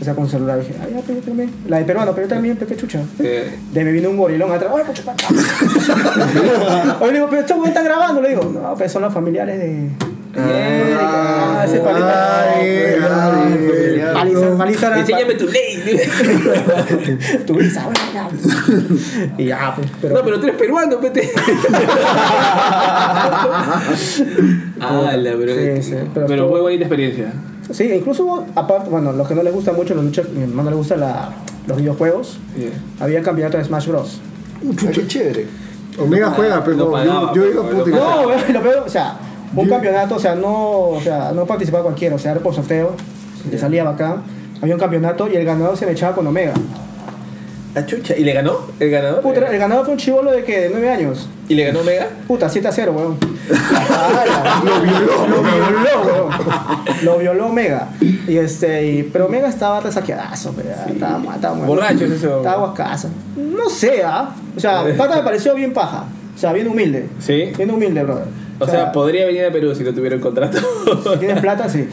O sea, con el celular dije, ay, ya, pero yo también. La de peruano, pero yo también, pero qué chucha. Eh, De ahí me vino un gorilón atrás, ¡ay, coche, pa, pa". Oye, le digo, pero estos huevones están grabando. Le digo, no, pero son los familiares de. de Jericho, ah, ese palita. Ay, ay, ay. pues, Paliza, paliza era- Enséñame tu ley. Tu brisa, bueno, ya. Y ya, pues, pero. no, pero tú eres peruano, vete. Ala, pero, Sí, sí, pero pero, estuvo- fue bonita experiencia. Sí, incluso hubo, aparte, bueno, los que no les gustan mucho los luchas, mi hermano le gusta la, los videojuegos. Yeah. Había campeonato de Smash Bros. Ah, Qué chévere. Omega No juega, pagaba, pero no yo- pagaba, yo, pero digo, no puta, pagaba. No, lo peor, o sea, un campeonato, o sea, no, o sea, no participaba cualquiera, o sea, era por sorteo. O le salía bacán. Había un campeonato y el ganador se me echaba con Omega. La chucha. ¿Y le ganó? ¿El ganador? Puta, el ganador fue un chivolo de que de 9 años. ¿Y le ganó Omega? Puta, 7 a 0, weón. Lo violó, lo violó, weón. Lo violó Omega. Y este, y- pero Omega estaba resaqueadazo, pero ya, estaba matado, weón. Borracho ese weón. Estaba guascazo. No sé, ¿ah? O sea, Pata me pareció bien paja. O sea, bien humilde. Sí. Bien humilde, brother. O sea, podría venir a Perú si no tuviera un contrato. si tienes plata, sí.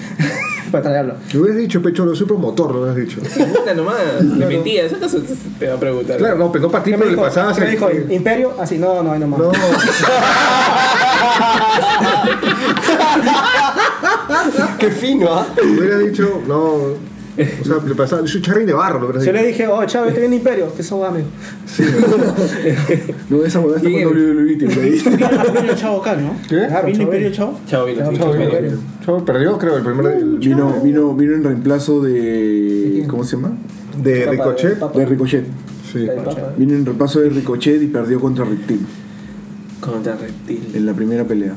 Para traerlo. Lo hubieras dicho, pecho, lo soy promotor, lo hubieras dicho. Puta nomás. Le mentías. ¿acaso te va a preguntar? Claro, no, pero no para ti, ¿Qué pero me le dijo? pasabas ¿Qué me el- dijo? ¿Imperio? Así, no, no, ahí nomás. No, Qué fino, ¿ah? hubiera dicho, no. O sea, le pasaba, yo soy charrín de barro, lo hubieras Yo dicho. le dije, oh, Chávez, te viene Imperio. Que eso va, amigo. No, esa huevada está Y- con WWE, tío, por ahí. Vino Imperio Chavo acá, ¿no? ¿Qué? Claro, Vino Chavo. Imperio Chavo. Chao, vino. Chao, sí, chao, chao, vino. vino. Chavo perdió, creo, el primer el- Vino, vino, vino en reemplazo de. ¿Cómo se llama? de Ricochet. De Ricochet. Sí. Ah. Vino en reemplazo de Ricochet y perdió contra Reptil Contra reptil. en la primera pelea.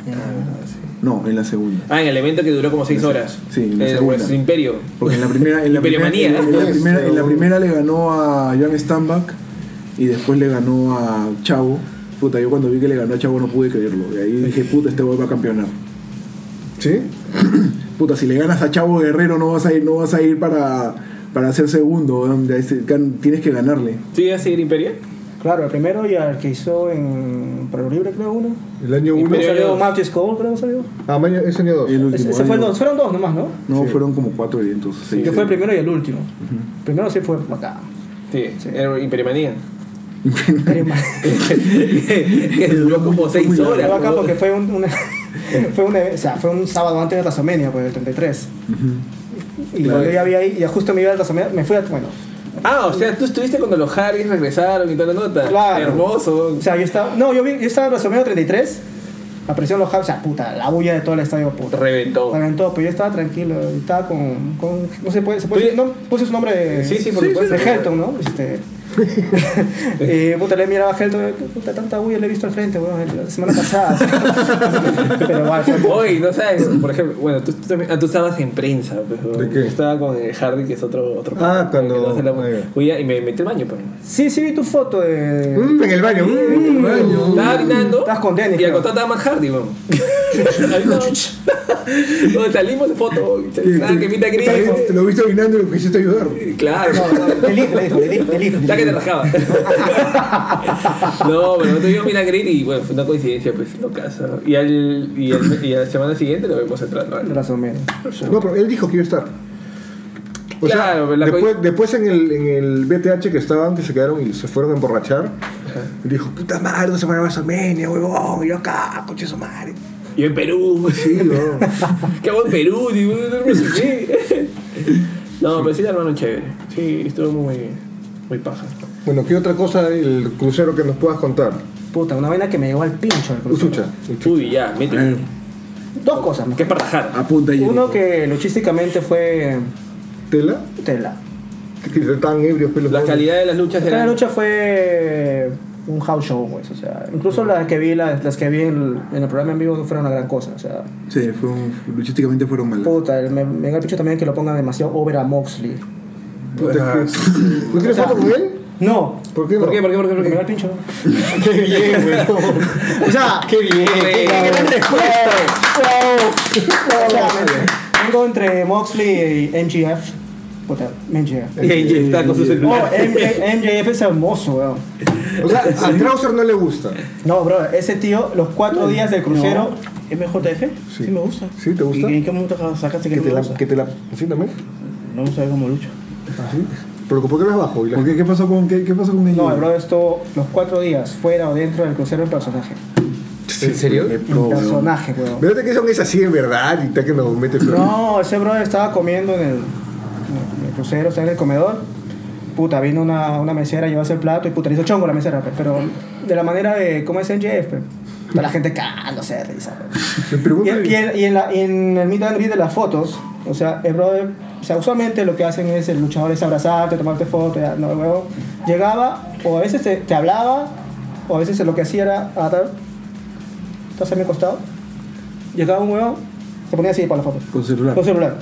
No, en la segunda. Ah, en el evento que duró como 6 horas. Sí, en la El segunda. West Imperio. Porque en la primera, en la Imperio primera, en, Manía, ¿eh? la primera, en la primera le ganó a Jan Stambach y después le ganó a Chavo. Puta, yo cuando vi que le ganó a Chavo no pude creerlo. Y ahí dije, puta, este güey va a campeonar. ¿Sí? Puta, si le ganas a Chavo Guerrero no vas a ir, no vas a ir para, para ser segundo. weón. Ya ese- gan- Tienes que ganarle. ¿Sí ibas a seguir Imperio? Claro, el primero y al que hizo en Pro Libre, creo, uno. El año Y 1. perdió. Salió Matthew Cole, creo, salió. Ah, mañana, ese año 2. El Ese- último ese fue el año. dos, fueron dos nomás, ¿no? No, fueron como cuatro eventos. seis. Yo fui el primero y el último. El primero sí fue acá. Sí, era Imperio Manía. Pero más. que duró como 6 horas. Fue acá ¿no? porque fue un, una- fue un, eve- o sea, fue un sábado antes de WrestleMania, pues el 33. Y Claro. yo ya había ahí, ya justo me iba a WrestleMania, me fui a, bueno, Ah, o sea, tú estuviste cuando los Harris regresaron y toda la nota. Claro. Hermoso. o sea, yo estaba, no, yo, vi- yo estaba en WrestleMania 33, apareció los Hubs, o sea, puta, la bulla de todo el estadio, puta. Reventó. Reventó, pero yo estaba tranquilo, yo estaba con, con- no sé, puede, se puede Tú- decir, no, puse su nombre. Sí, sí, por supuesto. De Helton, ¿no? Este. y puta, le miraba a Helton, puta, tanta bulla le he visto al frente, weón, la semana pasada. pero igual, fue Hoy, no sabes, por ejemplo, bueno, tú, tú también, ah, tú estabas en prensa, pues, ¿De qué? Yo Estaba con el Hardy, que es otro. otro Ah, pata, cuando- que no hace la- ahí va. Oye, y me metí al baño, pues. pero. Sí, sí vi tu foto de... en el baño. mm, en el baño. Estaba orinando. Estás con Dennis, Y al creo. costado estaba Matt Hardy, vamos. Ahí no. Bueno, salimos de foto. Nada, que pinta gris. Te- Te lo viste orinando y lo quisiste ayudar. Claro, El hijo, le dijo, el hijo, el hijo. Ya que te rascaba. no, pero no te vio Minagrit y bueno, fue una coincidencia, pues no casa. Y, al, y, al- y a la semana siguiente lo vemos entrando. De al- WrestleMania. No, pero él dijo que iba a estar. O Claro, sea, pero la después, después en, el, en el BTH que estaban, que se quedaron y se fueron a emborrachar, él dijo, puta madre, no se van a WrestleMania, huevón, y yo acá, coche su madre. Yo en Perú. Sí, no. ¿Qué hago en Perú? Digo, no sé qué. No, pero sí la hermano chévere. Sí, estuvo muy, muy paja. bueno, ¿qué otra cosa el crucero que nos puedas contar? Puta, una vaina que me llegó al pincho. el crucero. Uchucha. Uy, ya, mete. Ah. Dos cosas. ¿Qué mejor. es para rajar? Apunta y Uno que logísticamente fue ¿Tela? tela. Que estaban ebrios, pelos. La calidad de las luchas La era. lucha fue un house show, pues, o sea, incluso las que vi, las, las que vi en, en el programa en vivo no fueron una gran cosa, o sea, Sí, fue un- luchísticamente fueron malas. puta, el- me, me llegó al pincho también que lo pongan demasiado over a Moxley. ¿No tienes foto con él? No, ¿Por qué no? ¿Por qué? ¿Por qué? ¿Por qué? porque ¿Por me qué? llegó al pincho. ¡Qué bien, huevón! O sea, ¡Qué bien! Eh, o sea, me- vengo entre Moxley y MGF. Puta, MGF. Y está con su Oh, celular. MJ MJF es hermoso, weón. O sea, a Trauser no le gusta. No, bro, ese tío, los cuatro días del crucero. ¿MJF? Sí. Sí. me gusta. ¿Sí? ¿Te gusta? ¿Y en qué momento sacaste que Que no te me la... gusta? Que te la ¿Sí también? No me sabe cómo lucha. Ah, ¿Sí? Pero ¿por qué lo has bajo? Y la- ¿Por qué? ¿Qué pasó con, qué, qué pasó con ella? No, el bro estuvo los cuatro días fuera o dentro del crucero en personaje. ¿En serio? En personaje, weón. Vete que son esas sí en verdad y está que nos mete flores. Pues No, ese bro estaba comiendo en el, en el crucero, estaba en el comedor. Puta, vino una, una mesera, llevase el plato y puta, le hizo chongo a la mesera, pe, pero de la manera de cómo es MJF, pe. Toda la gente cagándose de risa, pe. Me pregunto- Y, el- y el- y en, la- y en el meet and greet de las fotos, o sea, el brother, o sea, usualmente lo que hacen es el luchador es abrazarte, tomarte fotos, ya, no, luego llegaba, o a veces te, te hablaba, o a veces lo que hacía era atar, estás a mi costado, llegaba un huevo, se ponía así para la foto, Con celular. con celular.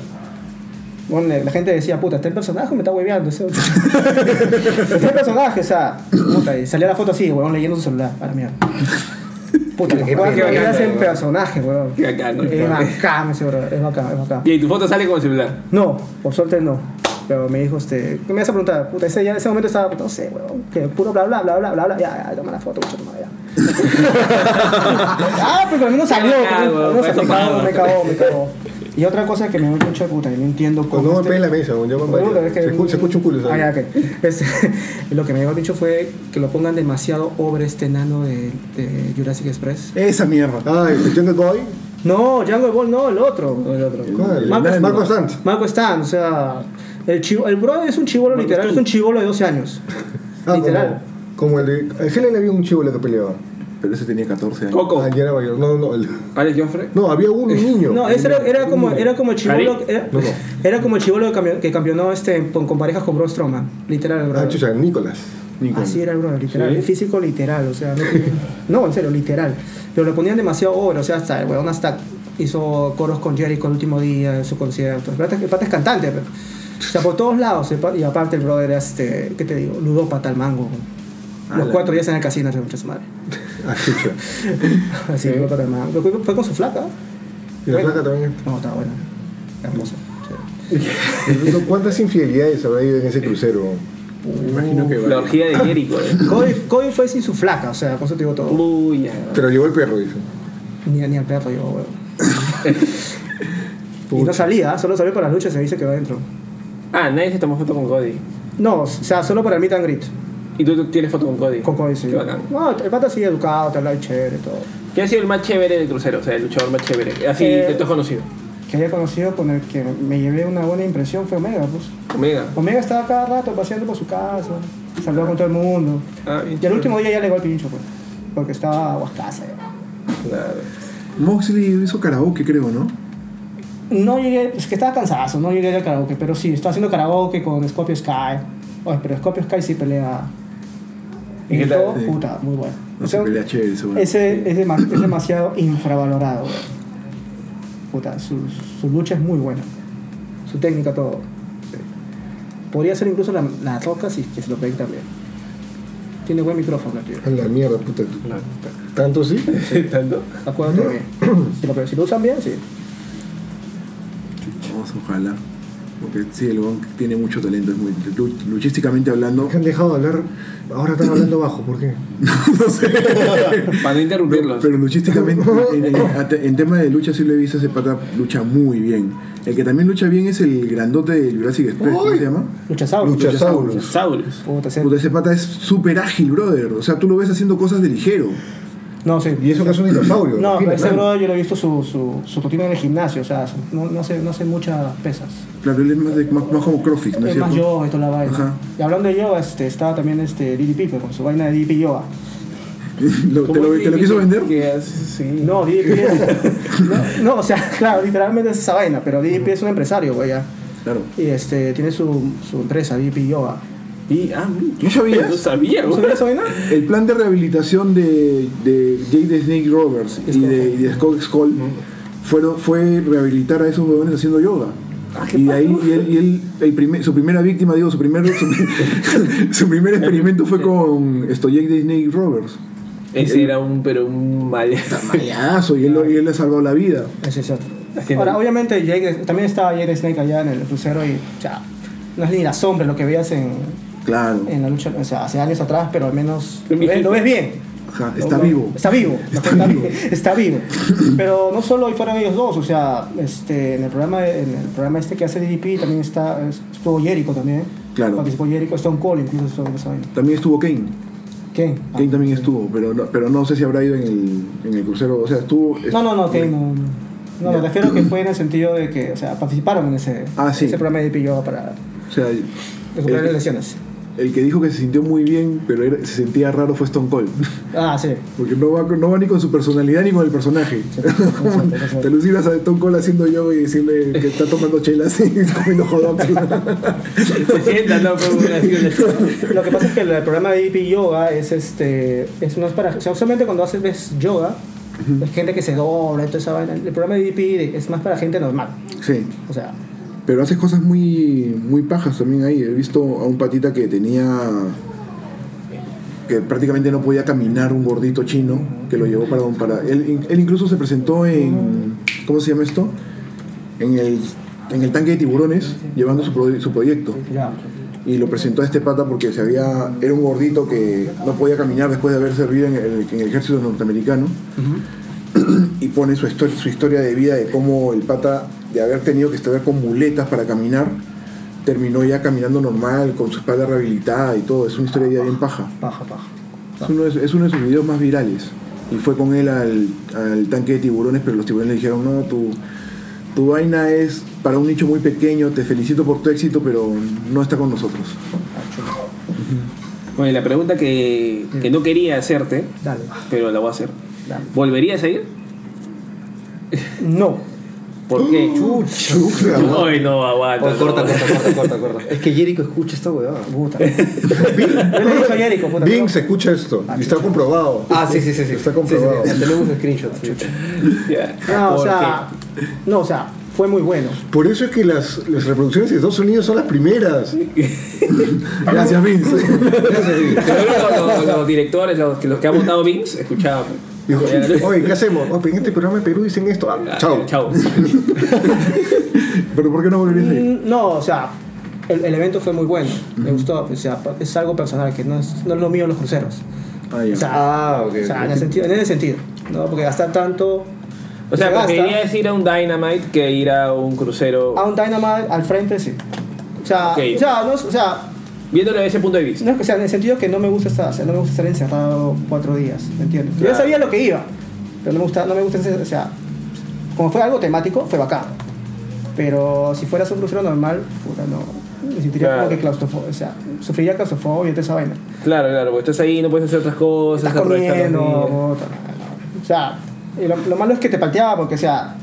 bueno, la gente decía, puta, está el personaje, me está hueveando. ese- está el personaje, o sea, puta, y salía la foto así, weón, leyendo su celular, a la mierda. Puta, los Qué juegos que bacán, hacen weón. personaje, weón. Qué bacán, ¿no? Es bacán, ese, weón, es bacán, es bacán. Y ahí tu foto sale con el celular. No, por suerte no. Pero me dijo, este, me vas a preguntar, puta, ese, ya en ese momento estaba, no sé, weón, que puro bla, bla, bla, bla, bla, bla, ya, ya, toma la foto, mucho, toma, ya. ah, pero al menos salió, Ah, al weón, menos fue me cagó, tomado. me cagó, me cagó. Y otra cosa que me da mucha puta, que no entiendo cómo. Cuando no este- golpeé la mesa, weón, yo me Puta, es se, que- escu- se escucha un culo. Ah, ¿sabes? ya, ok. Este, lo que me habían dicho fue que lo pongan demasiado over este enano de, de Jurassic Express. Esa mierda. Ay, el Jungle Boy. No, Django Ball no, el otro. El otro. ¿Cuál? Marco, Marco Marco Sant. Marco Stan, o sea, el, chivo, el brother es un chivolo literal, es un chivolo de 12 años. Ah, literal. Como, como el de. En Helen había un chivo que peleaba. Pero ese tenía 14 años. Coco. Ah, ya era mayor. No, no, el- Alex Joffre. no, había un niño. No, ese era, era como, era como el chivolo, era, No, no. era como el chivolo que, campeon- que campeonó este, con, con parejas con Braun Strowman, literal el Ah, brother. chucha, Nicolás. Así era el brother, literal. Físico literal, o sea, no, tiene- no, en serio, literal. Pero lo ponían demasiado obra, o sea, hasta el weón hasta hizo coros con Jerry con el último día en su concierto. El pata, el pata es cantante, pero. O sea, por todos lados. el pa- Y aparte el brother era este, ¿qué te digo? Ludópata al mango. Los cuatro días en el casino, se mucha su madre. Ah, chucha. Así, ludópata al mango. Fue- Fue con su flaca. Y la Bueno. placa también. No, estaba buena. Hermoso. sí. ¿Cuántas infidelidades habrá ido en ese crucero? Imagino que La orgía de Jericho. eh. Cody, Cody fue sin su flaca, o sea, con eso te digo todo. Uy, ya. Pero llegó el perro, dice. Ni, ni al perro yo, weón. y no salía, solo salió para la lucha y se dice que va adentro. Ah, nadie se tomó foto con Cody. No, o sea, solo para el meet and greet. Y tú tú tienes foto con Cody. Con Cody, sí. Qué bacán. No, el pata sigue educado, te habla de chévere y todo. ¿Quién ha sido el más chévere del crucero? O sea, el luchador más chévere. Así Eh, que tú has conocido. Que haya conocido con el que me llevé una buena impresión fue Omega, pues. Omega. Omega estaba cada rato paseando por su casa, saludaba con todo el mundo. Ah, bien Y el último día ya le llegó el pincho, pues. Porque estaba guascaza ya. Claro. Moxley hizo karaoke, creo, ¿no? No llegué, es que estaba cansado, no llegué al karaoke, pero sí, estaba haciendo karaoke con Scorpio Sky. Oye, pero Scorpio Sky sí pelea. ¿Y Y qué tal? todo, Sí. puta, muy bueno. No O sea, se pelea chévere, seguro. ese es, dema- es demasiado infravalorado, güey. Puta, su, su lucha es muy buena. Su técnica, todo. Podría ser incluso la, la roca si que se lo peguen también. Tiene buen micrófono, tío. A la mierda, puta. ¿Tanto sí? ¿Tanto? Acuérdate bien. Si lo, si lo usan bien, sí. Vamos, ojalá. Porque sí, el Gon tiene mucho talento, es muy lu- luchísticamente hablando. Que han dejado de hablar. Ahora están hablando bajo, ¿por qué? no sé. Para no interrumpirlos. Pero luchísticamente, en, en- ate- en tema de lucha, sí lo he visto, ese pata lucha muy bien. El que también lucha bien es el grandote de Jurassic Express, ¿cómo se llama? Luchasaurus. Luchasaurus. Saurus. Puta, ese- Puta, ese pata es súper ágil, brother. O sea, tú lo ves haciendo cosas de ligero. No, sí. Y eso que es un dinosaurio. No, pero imagínate. ese bro yo lo he visto su, su, su rutina en el gimnasio, o sea, su- no, no, hace, no hace muchas pesas. Claro, él es más, de- más- más como CrossFit, ¿no es es más cierto? yoga y toda la vaina. Ajá. Y hablando de yoga, este, estaba también este DDP, pero con su vaina de DDP yoga. Lo- ¿Te, lo, te lo quiso vender? Que es- sí. No, DDP es- no, no, o sea, claro, literalmente es esa vaina, pero DDP es un empresario, güey, ya. Claro. Y este, tiene su, su empresa, DDP yoga. Y, ah, mira. ¿No sabías? No sabía, ¿No güey. sabías esa vaina? El plan de rehabilitación de, de Jade the Snake Roberts y de, y de Scott Skull fueron, fue rehabilitar a esos huevones haciendo yoga. Y de ahí y él, y él- el primer- su primera víctima, digo, su primer, su, su primer experimento fue con esto, Jake the Snake Roberts. Ese era un, pero un mal. Maleazo, y él, lo- y él le ha salvado la vida. Ese es otro. Haciendo- Ahora, obviamente, Jake, también estaba Jake Snake allá en el crucero y, o sea, no es ni la sombra lo que veías en, Claro. en la lucha, o sea, hace años atrás, pero al menos Un lo ves, viejito. lo ves bien. Ajá, Lo- está lo- vivo. Está vivo. Está, vivo. Está vivo. Pero no solo hoy fueron ellos dos, o sea, este, en el programa, en el programa este que hace DDP también está, estuvo Jericho también. Claro. Participó Jericho, Stone Cold incluso estuvo en esa vaina. También estuvo Kane. ¿Quién? Ah. Kane también estuvo, pero no, pero no sé si habrá ido en el, en el crucero. O sea, estuvo. No, no, no, Kane no. No, me refiero que fue en el sentido de que, o sea, participaron en ese, Ah, sí. Eh, ese programa de DDP Yoga para O sea, recuperar El- las lesiones. el que dijo que se sintió muy bien, pero era- se sentía raro fue Stone Cold. Ah, sí. Porque no va, no va ni con su personalidad ni con el personaje. exacto. Te lucibas a Tom Cole haciendo yoga y decirle que está tomando chelas y comiendo hot dogs. Se sienta, no, fue una acción. Lo que pasa es que el programa de DP Yoga es este. Es unas para. O sea, usualmente cuando haces ves yoga, hay gente que se dobla y toda esa vaina. El programa de DP de- es más para gente normal. sí, O sea, Pero haces cosas muy, muy pajas también ahí. He visto a un patita que tenía. que prácticamente no podía caminar, un gordito chino, que lo llevó para. para él, él incluso se presentó en. ¿Cómo se llama esto? En el, en el tanque de tiburones, llevando su, pro- su proyecto. Y lo presentó a este pata porque se había, era un gordito que no podía caminar después de haber servido en el, en el ejército norteamericano y pone su, histor- su historia de vida de cómo el pata, de haber tenido que estar con muletas para caminar, terminó ya caminando normal, con su espalda rehabilitada y todo. Es una historia ya bien paja. Paja, paja. Es uno, de, su- es uno de sus videos más virales. Y fue con él al, al tanque de tiburones, pero los tiburones le dijeron, no, tu, tu vaina es para un nicho muy pequeño, te felicito por tu éxito, pero no está con nosotros. Oye, la pregunta que, Mm. que no quería hacerte, Dale. pero la voy a hacer. ¿Volverías a ir? No. ¿Por qué? Chucha. Ay, no, aguanta. Oh, corta, no. corta, corta, corta, corta. Es que Jericho escucha esta huevada. Puta. Yo le dije a Jericho, puta. Bing se escucha esto. Y está comprobado. Ah, sí, sí, sí. sí. Está Sí, sí, sí. comprobado. Tenemos screenshots. sí. Ya. No, o ¿Por sea. No, o sea, fue muy bueno. Por eso es que las, las reproducciones de Estados Unidos son las primeras. Gracias, Vince. qué? Pero luego los, los directores, los, que- los que han votado Vince, escuchaban. Dijo, Ya, Oye, ¿qué hacemos? "Oh, en este programa de Perú dicen esto. Ah, chao. Chao. pero ¿por qué no volverías a ir? Mm, No, o sea, el, el evento fue muy bueno. Me gustó. O sea, pa- es algo personal, que no es, no es lo mío los cruceros. Ah, ya. O sea, Ah, ok. o sea, en, ok. el sentido, en ese sentido. ¿no? Porque gastar tanto. O sea, se gasta. preferirías ir a un Dynamite que ir a un crucero. A un Dynamite al frente, sí. O sea, Ok. o sea, no, es- o sea, Viéndolo desde ese punto de vista. no es que- o sea, en el sentido que no me gusta estar, o sea, no me gusta estar encerrado cuatro días, ¿me entiendes? Yo Claro. ya sabía lo que iba, pero no me gusta, no me gusta, ese- o sea, como fue algo temático, fue bacán. Pero si fuera un crucero normal, puta, no, me sentiría Claro. como que claustrofobia, o sea, sufriría claustrofobia y toda esa vaina. Claro, claro, porque estás ahí, no puedes hacer otras cosas. Estás aprovechar los corriendo, días. puta. o sea, y lo, lo malo es que te palteaba porque, o sea,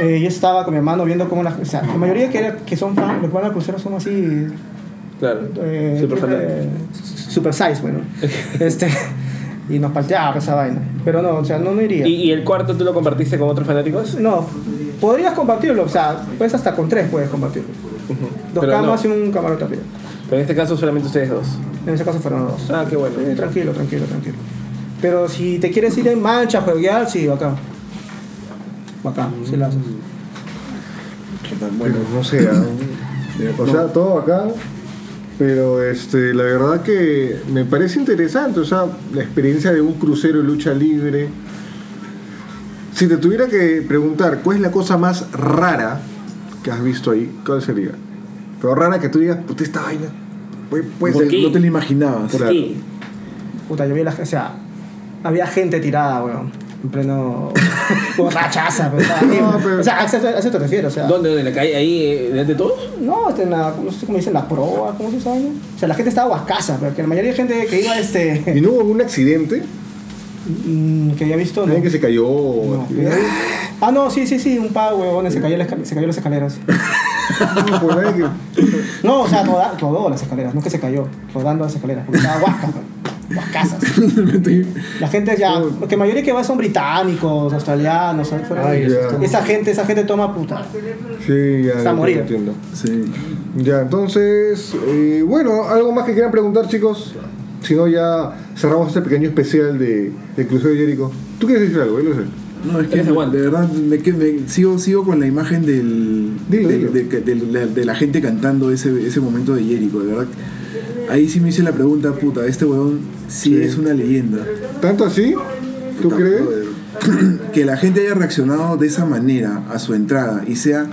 eh, yo estaba con mi hermano viendo cómo las, o sea, la mayoría que, era- que son fan, los que van al crucero son así, Claro. eh, Super fatal. eh, super size, bueno. este, y nos palteaba esa vaina. Pero no, o sea, no me iría. ¿Y, y el cuarto tú lo compartiste con otros fanáticos? No, podrías compartirlo, o sea, pues hasta con tres puedes compartirlo. Dos Pero camas no. y un camarote arriba. Pero en este caso solamente ustedes dos. En ese caso fueron dos. Ah, qué bueno. Sí, Eh, tranquilo, tranquilo, tranquilo. Pero si te quieres ir en mancha a jueguear, sí, acá. Acá, sí la haces. Mm. Bueno, no sé. ah, O sea, todo acá. Pero este, la verdad que me parece interesante. O sea, la experiencia de un crucero de lucha libre. Si te tuviera que preguntar cuál es la cosa más rara que has visto ahí, ¿cuál sería? Pero rara que tú digas, puta, esta vaina. Puede, puede ¿Por ser". qué? No te lo imaginabas. Claro. Sí. Puta, yo vi la o sea, había gente tirada, weón. En pleno. borrachaza, pero estaba No, libre. pero- O sea, a eso, a eso te refiero, o sea. ¿Dónde? ¿Dónde? ¿En la calle? ¿Ahí? eh, ¿Delante de todos? No, este, en la, no sé cómo dicen, la proa, ¿cómo se sabe? O sea, la gente estaba guascasa, pero que la mayoría de gente que iba, este, ¿Y no hubo algún accidente? mm, que había visto, ¿no? ¿Alguien que se cayó? No, que había- Ah, no, sí, sí, sí, un par, huevones, se cayó, la escal- se cayó las escaleras. No, por ahí que- No, o sea, roda- rodó las escaleras, no es que se cayó, rodando las escaleras, porque estaba guasca, weón, guascasas. La gente ya, porque la mayoría que va son británicos, australianos, ¿sabes? Fuera de- ya. esa gente, esa gente toma puta. Sí, ya, Está ya morido. entiendo. Sí. Ya, entonces, eh, bueno, algo más que quieran preguntar, chicos. Si no, ya cerramos este pequeño especial de, de Crucero de Jericho. ¿Tú quieres decir algo? Yo lo sé. No, es que Eres igual. de verdad me, que- me- sigo, sigo con la imagen del, Dilo, del- dilo. De, que- del- la- de la gente cantando ese, ese momento de Jericho, de verdad. Ahí sí me hice la pregunta, puta, este huevón sí, es una leyenda. ¿Tanto así? ¿Tú Puta, crees? brother. Que la gente haya reaccionado de esa manera a su entrada y sea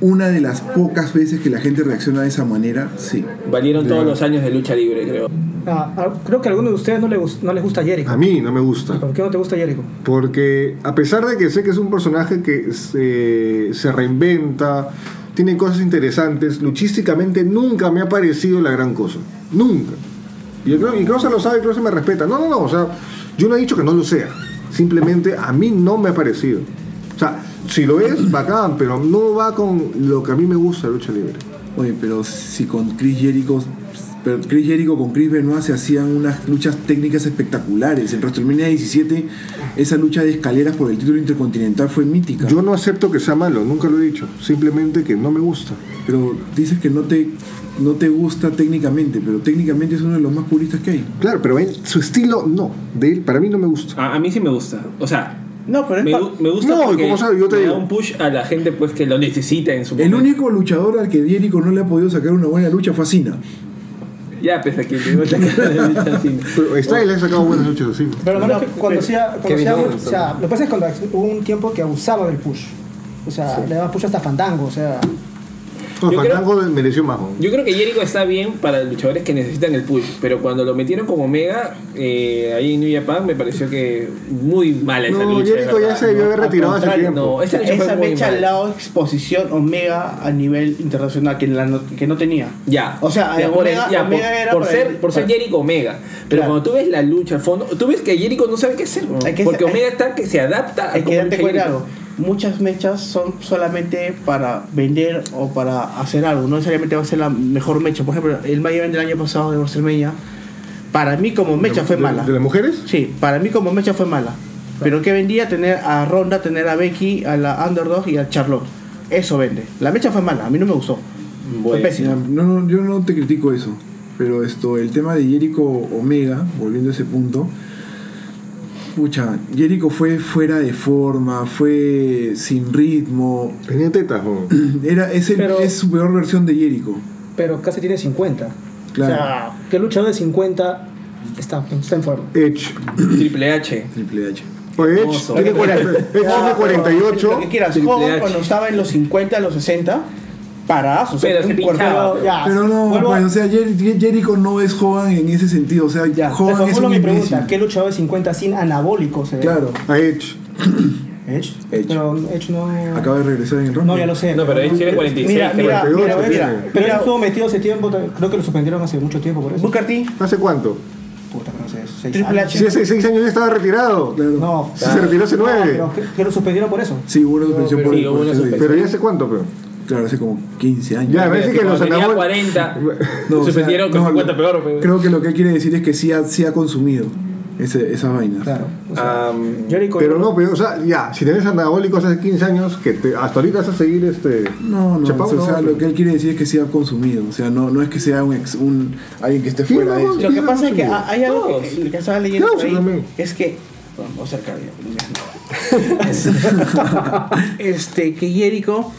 una de las pocas veces que la gente reacciona de esa manera, sí. Valieron todos los años de lucha libre, creo. Ah, ah, creo que a algunos de ustedes no, le gus- no les gusta Jericho. A mí no me gusta. ¿Por qué no te gusta Jericho? Porque a pesar de que sé que es un personaje que se, se reinventa, tiene cosas interesantes, luchísticamente nunca me ha parecido la gran cosa. Nunca. Y yo creo- y Cross lo sabe, Cross me respeta. No, no, no. O sea, yo no he dicho que no lo sea. Simplemente a mí no me ha parecido. O sea, si lo es, bacán, pero no va con lo que a mí me gusta de lucha libre. Oye, pero si con Chris Jericho Pero Chris Jericho con Chris Benoit se hacían unas luchas técnicas espectaculares. En WrestleMania 17, esa lucha de escaleras por el título intercontinental fue mítica. Yo no acepto que sea malo, nunca lo he dicho. Simplemente que no me gusta. Pero dices que no te, no te gusta técnicamente, pero técnicamente es uno de los más puristas que hay. Claro, pero él- su estilo no. De él, para mí no me gusta. A, a mí sí me gusta. O sea, No, pero es me, pa- gu- me gusta No, y porque como sabe, yo te le digo. da un push a la gente pues que lo necesita en su El momento. único luchador al que Jericho no le ha podido sacar una buena lucha fue a Cena. Ya, pese a que le iba a sacar la lucha así. Pero está, él ha sacado buenas luchas así. Pero bueno, cuando sea, cuando Kevin sea- Owens, o sea, lo que pasa es cuando hubo un tiempo que abusaba del push. O sea, le daba push hasta fandango, o sea. No, Yo creo- Fandango mereció más. ¿no? Yo creo que Jericho está bien para luchadores que necesitan el push, pero cuando lo metieron como Omega, eh, ahí en New Japan, me pareció que muy mala esa No, lucha. de Jericho ya verdad, se debió ¿no? haber retirado hace contrario, tiempo. No, esa Esa, lucha fue muy mecha mala. al lado exposición Omega a nivel internacional que, la no, que no tenía. Ya. O sea, Ya, eh, por, el- Omega- ya, por- Omega era por para ser, el- por ser para- Jericho Omega. Pero Claro. cuando tú ves la lucha al fondo, tú ves que Jericho no sabe qué hacer. Hay que- porque hay- Omega está que se adapta Hay que cómo darte lucha cuenta de Jericho. algo. Muchas mechas son solamente para vender o para hacer algo. No necesariamente va a ser la mejor mecha. Por ejemplo, el Main Event del año pasado de WrestleMania, para mí como mecha fue ¿De- mala. ¿De las mujeres? Sí, para mí como mecha fue mala. Pero que vendía tener a Ronda, tener a Becky, a la Underdog y a Charlotte. Eso vende. La mecha fue mala, a mí no me gustó. Fue Bueno. pésima. No, no, yo no te critico eso. Pero esto, el tema de Jericho Omega, volviendo a ese punto. Pucha, Jericho fue fuera de forma, fue sin ritmo. Tenía tetas. ¿no? Era, es, el- Pero- es su peor versión de Jericho. Pero casi tiene 50. Claro. O sea, ¿qué luchador de 50 está, está en forma? Edge. Triple H. Triple H. Oye, Edge Hermoso. tiene 40 Edge tiene Ah, Lo 48. que quieras, Triple Hogan H. cuando estaba en los 50, los 60, paradas, o sea, Pero un se cuerpo- pinchaba, pero- ah, ya, Pero no, vuelvo a- pues, o sea, Jer- Jer- Jericho no es joven en ese sentido. O sea, Ya, joven es reformulo un mi imbécil. pregunta. ¿Qué luchador de 50 sin anabólicos se ve? Claro, A Edge. Edge. Edge. Pero Edge no. acaba de regresar en el No, ya lo sé. No, pero ahí tiene 46. Mira, creo. mira, mira, 48 mira, tiene. Pero él mira, estuvo metido hace tiempo, creo que lo suspendieron hace mucho tiempo por eso. Booker T, ¿Hace cuánto? Puta, pero no sé, seis Triple años. H. Si hace 6 años ya estaba retirado. No, Si se retiró hace 9. Ah, pero que, que lo suspendieron por eso. Sí, hubo una suspensión por, sí, hubo por una eso de- suspensión. Pero ya hace cuánto, pero. Claro, hace como 15 años. Ya, parece que Cuando los tenía anabol- 40. No, o sea, suspendieron con no, 50 no. peor. pues. Creo que lo que él quiere decir es que sí ha, sí ha consumido ese, esas vainas. Claro. Am, Jericho Pero no, pero, o sea, ya, si tenés anabólicos hace 15 años, que te- hasta ahorita vas a seguir este. No, no, chapado, o sea, no, lo que él quiere decir es que sí ha consumido. O sea, no, no es que sea un, ex- un alguien que esté Sí, fuera no, de eso. Lo que pasa es que ha- hay algo Todos. que, que estaba leyendo Claro, por ahí, yo también. es que vamos a acercar ya. este que Jericho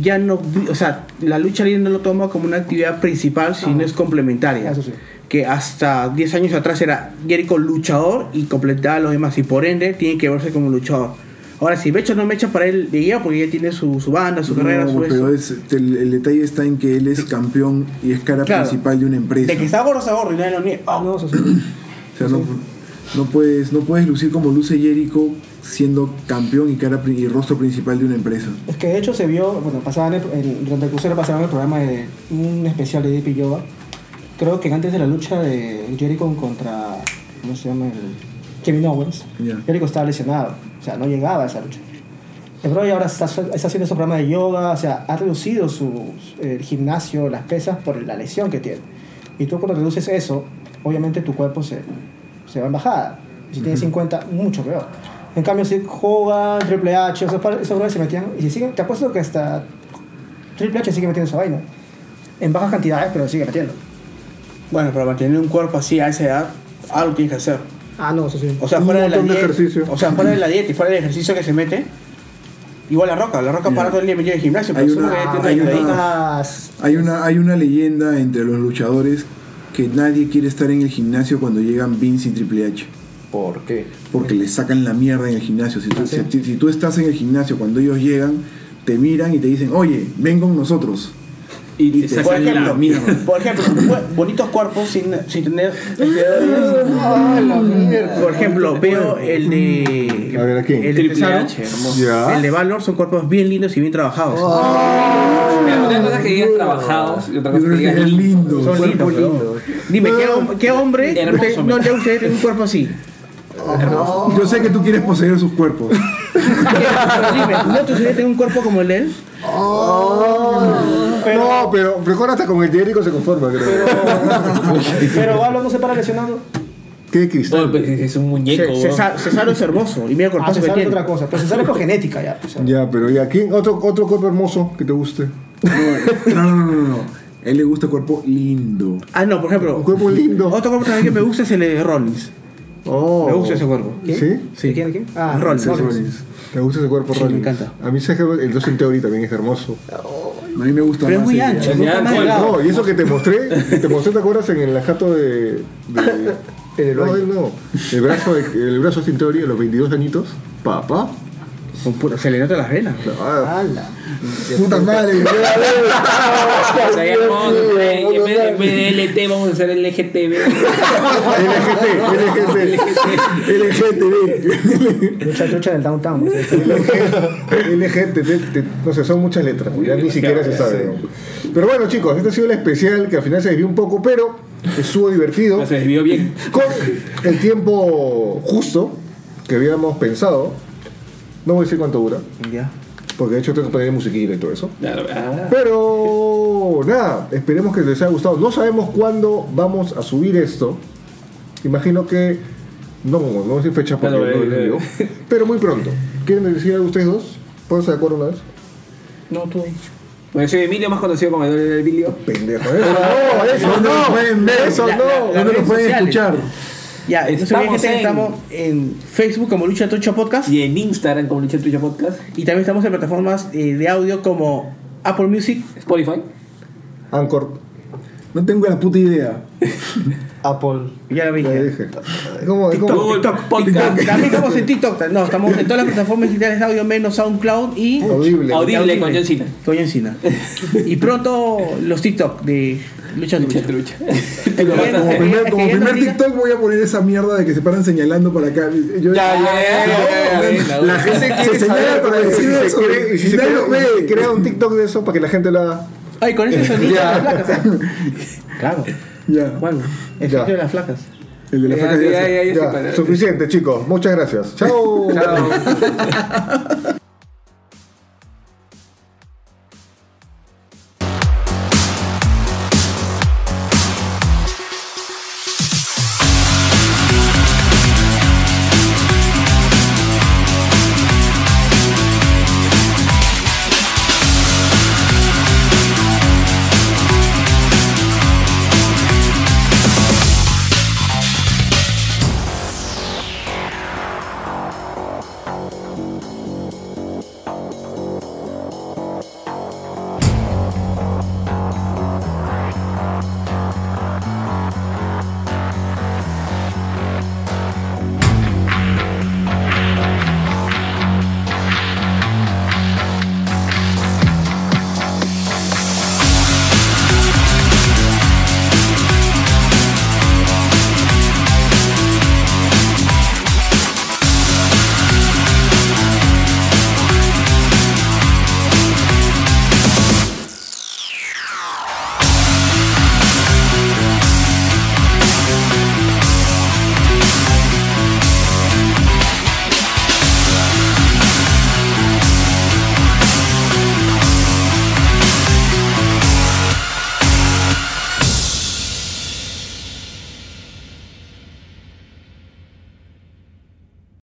ya no, vi- o sea, la lucha libre no lo toma como una actividad principal, sino es complementaria. Eso sí. Que hasta 10 años atrás era Jericho luchador y completaba a los demás y por ende tiene que verse como luchador. Ahora si Mecha no Mecha para él de guía porque ya tiene su, su banda, su carrera, No, su pero eso. es- el, el detalle está en que él es campeón y es cara Claro. principal de una empresa. De que está gordo, está gordo y nadie lo niega. Ah, No, eso sí. O sea, no, no puedes, no puedes lucir como luce Jericho siendo campeón y cara pri- y rostro principal de una empresa. Es que de hecho se vio, bueno, pasaban el, el- durante el crucero pasaban el programa de un especial de DP Yoga. Creo que antes de la lucha de Jericho contra, ¿cómo se llama? El Kevin Owens. Ya. Jericho estaba lesionado, o sea, no llegaba a esa lucha. El Brody ahora está, está haciendo su programa de yoga, o sea, ha reducido su, el gimnasio, las pesas por la lesión que tiene. Y tú cuando reduces eso, obviamente tu cuerpo se, se va en bajada. Y si tienes 50, mucho peor. En cambio, si Hogan, Triple H, esos, par- esos brothers se metían. Y si siguen, te apuesto que hasta Triple H sigue metiendo esa vaina. En bajas cantidades, pero sigue metiendo. Bueno, para mantener un cuerpo así a esa edad, algo tienes que hacer. Ah, no, eso sí. O sea, Un fuera de la montón de dieta. ejercicio. O sea, fuera de la dieta y fuera del ejercicio que se mete. Igual la roca, la roca para todo el día metido en el gimnasio, pero Hay supongo una- que tiene hay una una- ayudadita. Unas- Hay una, hay una leyenda entre los luchadores que nadie quiere estar en el gimnasio cuando llegan Vince y Triple H. ¿Por qué? Porque le sacan la mierda en el gimnasio. Ah, Si tú, si- si tú estás en el gimnasio cuando ellos llegan, te miran y te dicen, oye, ven con nosotros. y te te Por sacan la saca ejemplo, mierda. por ejemplo, bu- bonitos cuerpos sin, sin tener. Ah, por ejemplo, veo el de. A ver, ¿a quién? El de Triple Cesaro, H, hermoso. Ya. El de Valor son cuerpos bien lindos y bien trabajados. Mira, Una cosa es que digas trabajados y otra Yo cosa es que creo que digas es lindo. son lindos. pero- Dime, ¿qué, hom- qué hombre Hermoso, te- no le gustaría tener un cuerpo así? Yo sé que tú quieres poseer sus cuerpos. Dime, ¿no te gustaría tener un cuerpo como el de él? Oh. pero- No, pero mejor hasta con el Jericho se conforma, creo. Pero Galo no se para lesionando. ¿Qué cristal? Oye, pues, es un muñeco, Ce- weón. Cesar- Cesaro es hermoso y mira el Ah, cuerpazo se que sale tiene. otra cosa. Pero se sale por genética ya. pues, o sea. Ya, pero ¿y aquí otro, otro cuerpo hermoso que te guste? No, no, no, no, no. A él le gusta cuerpo lindo. Ah, no, por ejemplo, Un cuerpo lindo. otro cuerpo también que me gusta es el de Rollins. Oh. Me gusta ese cuerpo. ¿Sí? Sí. ¿Quién? ¿Quién? Ah, Rollins. Sí, Rollins. ¿Te gusta ese cuerpo, Sí, me Rollins? encanta. A mí Sergio, el 2 en teoría también es hermoso. A mí me gusta Pero es más muy el- ancho. Ya, nunca más ¿cuál? Ah. delgado. No, y eso que te mostré, que te mostré, ¿te acuerdas? En el ajato de. de En el no, baño. él no. El brazo, de, el brazo sin teoría, los 22 añitos. Papá. Con puro- Se le nota las venas. Ah, Puta madre, Estaría hermoso, güey. En vez en vez de LT vamos a usar el LGTB. LGT, Lucha, lucha en el downtown. pues, este. LGT, LGT, te- te- no sé, son muchas letras, ya ni siquiera se sabe. ¿no? Pero bueno, chicos, este ha sido el especial que al final se desvió un poco, pero estuvo divertido. No, Se desvió bien. con el tiempo justo que habíamos pensado. No voy a decir cuánto dura, Ya. porque de hecho tengo que poner musiquita y todo eso. Claro, ah. Pero nada, esperemos que les haya gustado. No sabemos cuándo vamos a subir esto. Imagino que no, no vamos a decir fecha porque Claro, no eh, les digo. Pero muy pronto. ¿Quieren decir algo ustedes dos? Pónganse de acuerdo una vez. No, tú. Bueno, soy Emilio, más conocido como el doble del Emilio. Pendejo, ¿eh? eso no, eso ¿Dónde lo pueden no, ver? eso La- la- no. ¿Dónde las lo redes pueden sociales. escuchar? Ya, entonces bien, Estamos gente, en- estamos en Facebook como Lucha Tocha Podcast Y en Instagram como Lucha Trucha Podcast. y también estamos en plataformas eh, de audio como Apple Music, Spotify. Anchor, No tengo la puta idea. Apple. ya lo ya dije. dije. ¿Cómo, cómo? Google Podcast. También estamos en TikTok, no, estamos en todas las plataformas digitales de audio menos SoundCloud y Audible. Audible con John Cena. Con John Cena. Y pronto los TikTok de Lucha Lucha Trucha. Trucha. Como primer, como Es que ya no primer diga- TikTok voy a poner esa mierda de que se paran señalando para acá. Yo- La gente quiere Se señala saber para para decir decir eso, Quiere, y si se nadie crea, lo ve. y se crea un TikTok de eso para que la gente lo haga. Ay, con ese sonido de las flacas. Claro, Ya, bueno, el Ya. sonido de las flacas. el de la Ya, flaca de ya, Gaza. ya, ya, Ya, ya. suficiente, chicos. Muchas gracias. Chao. Chao.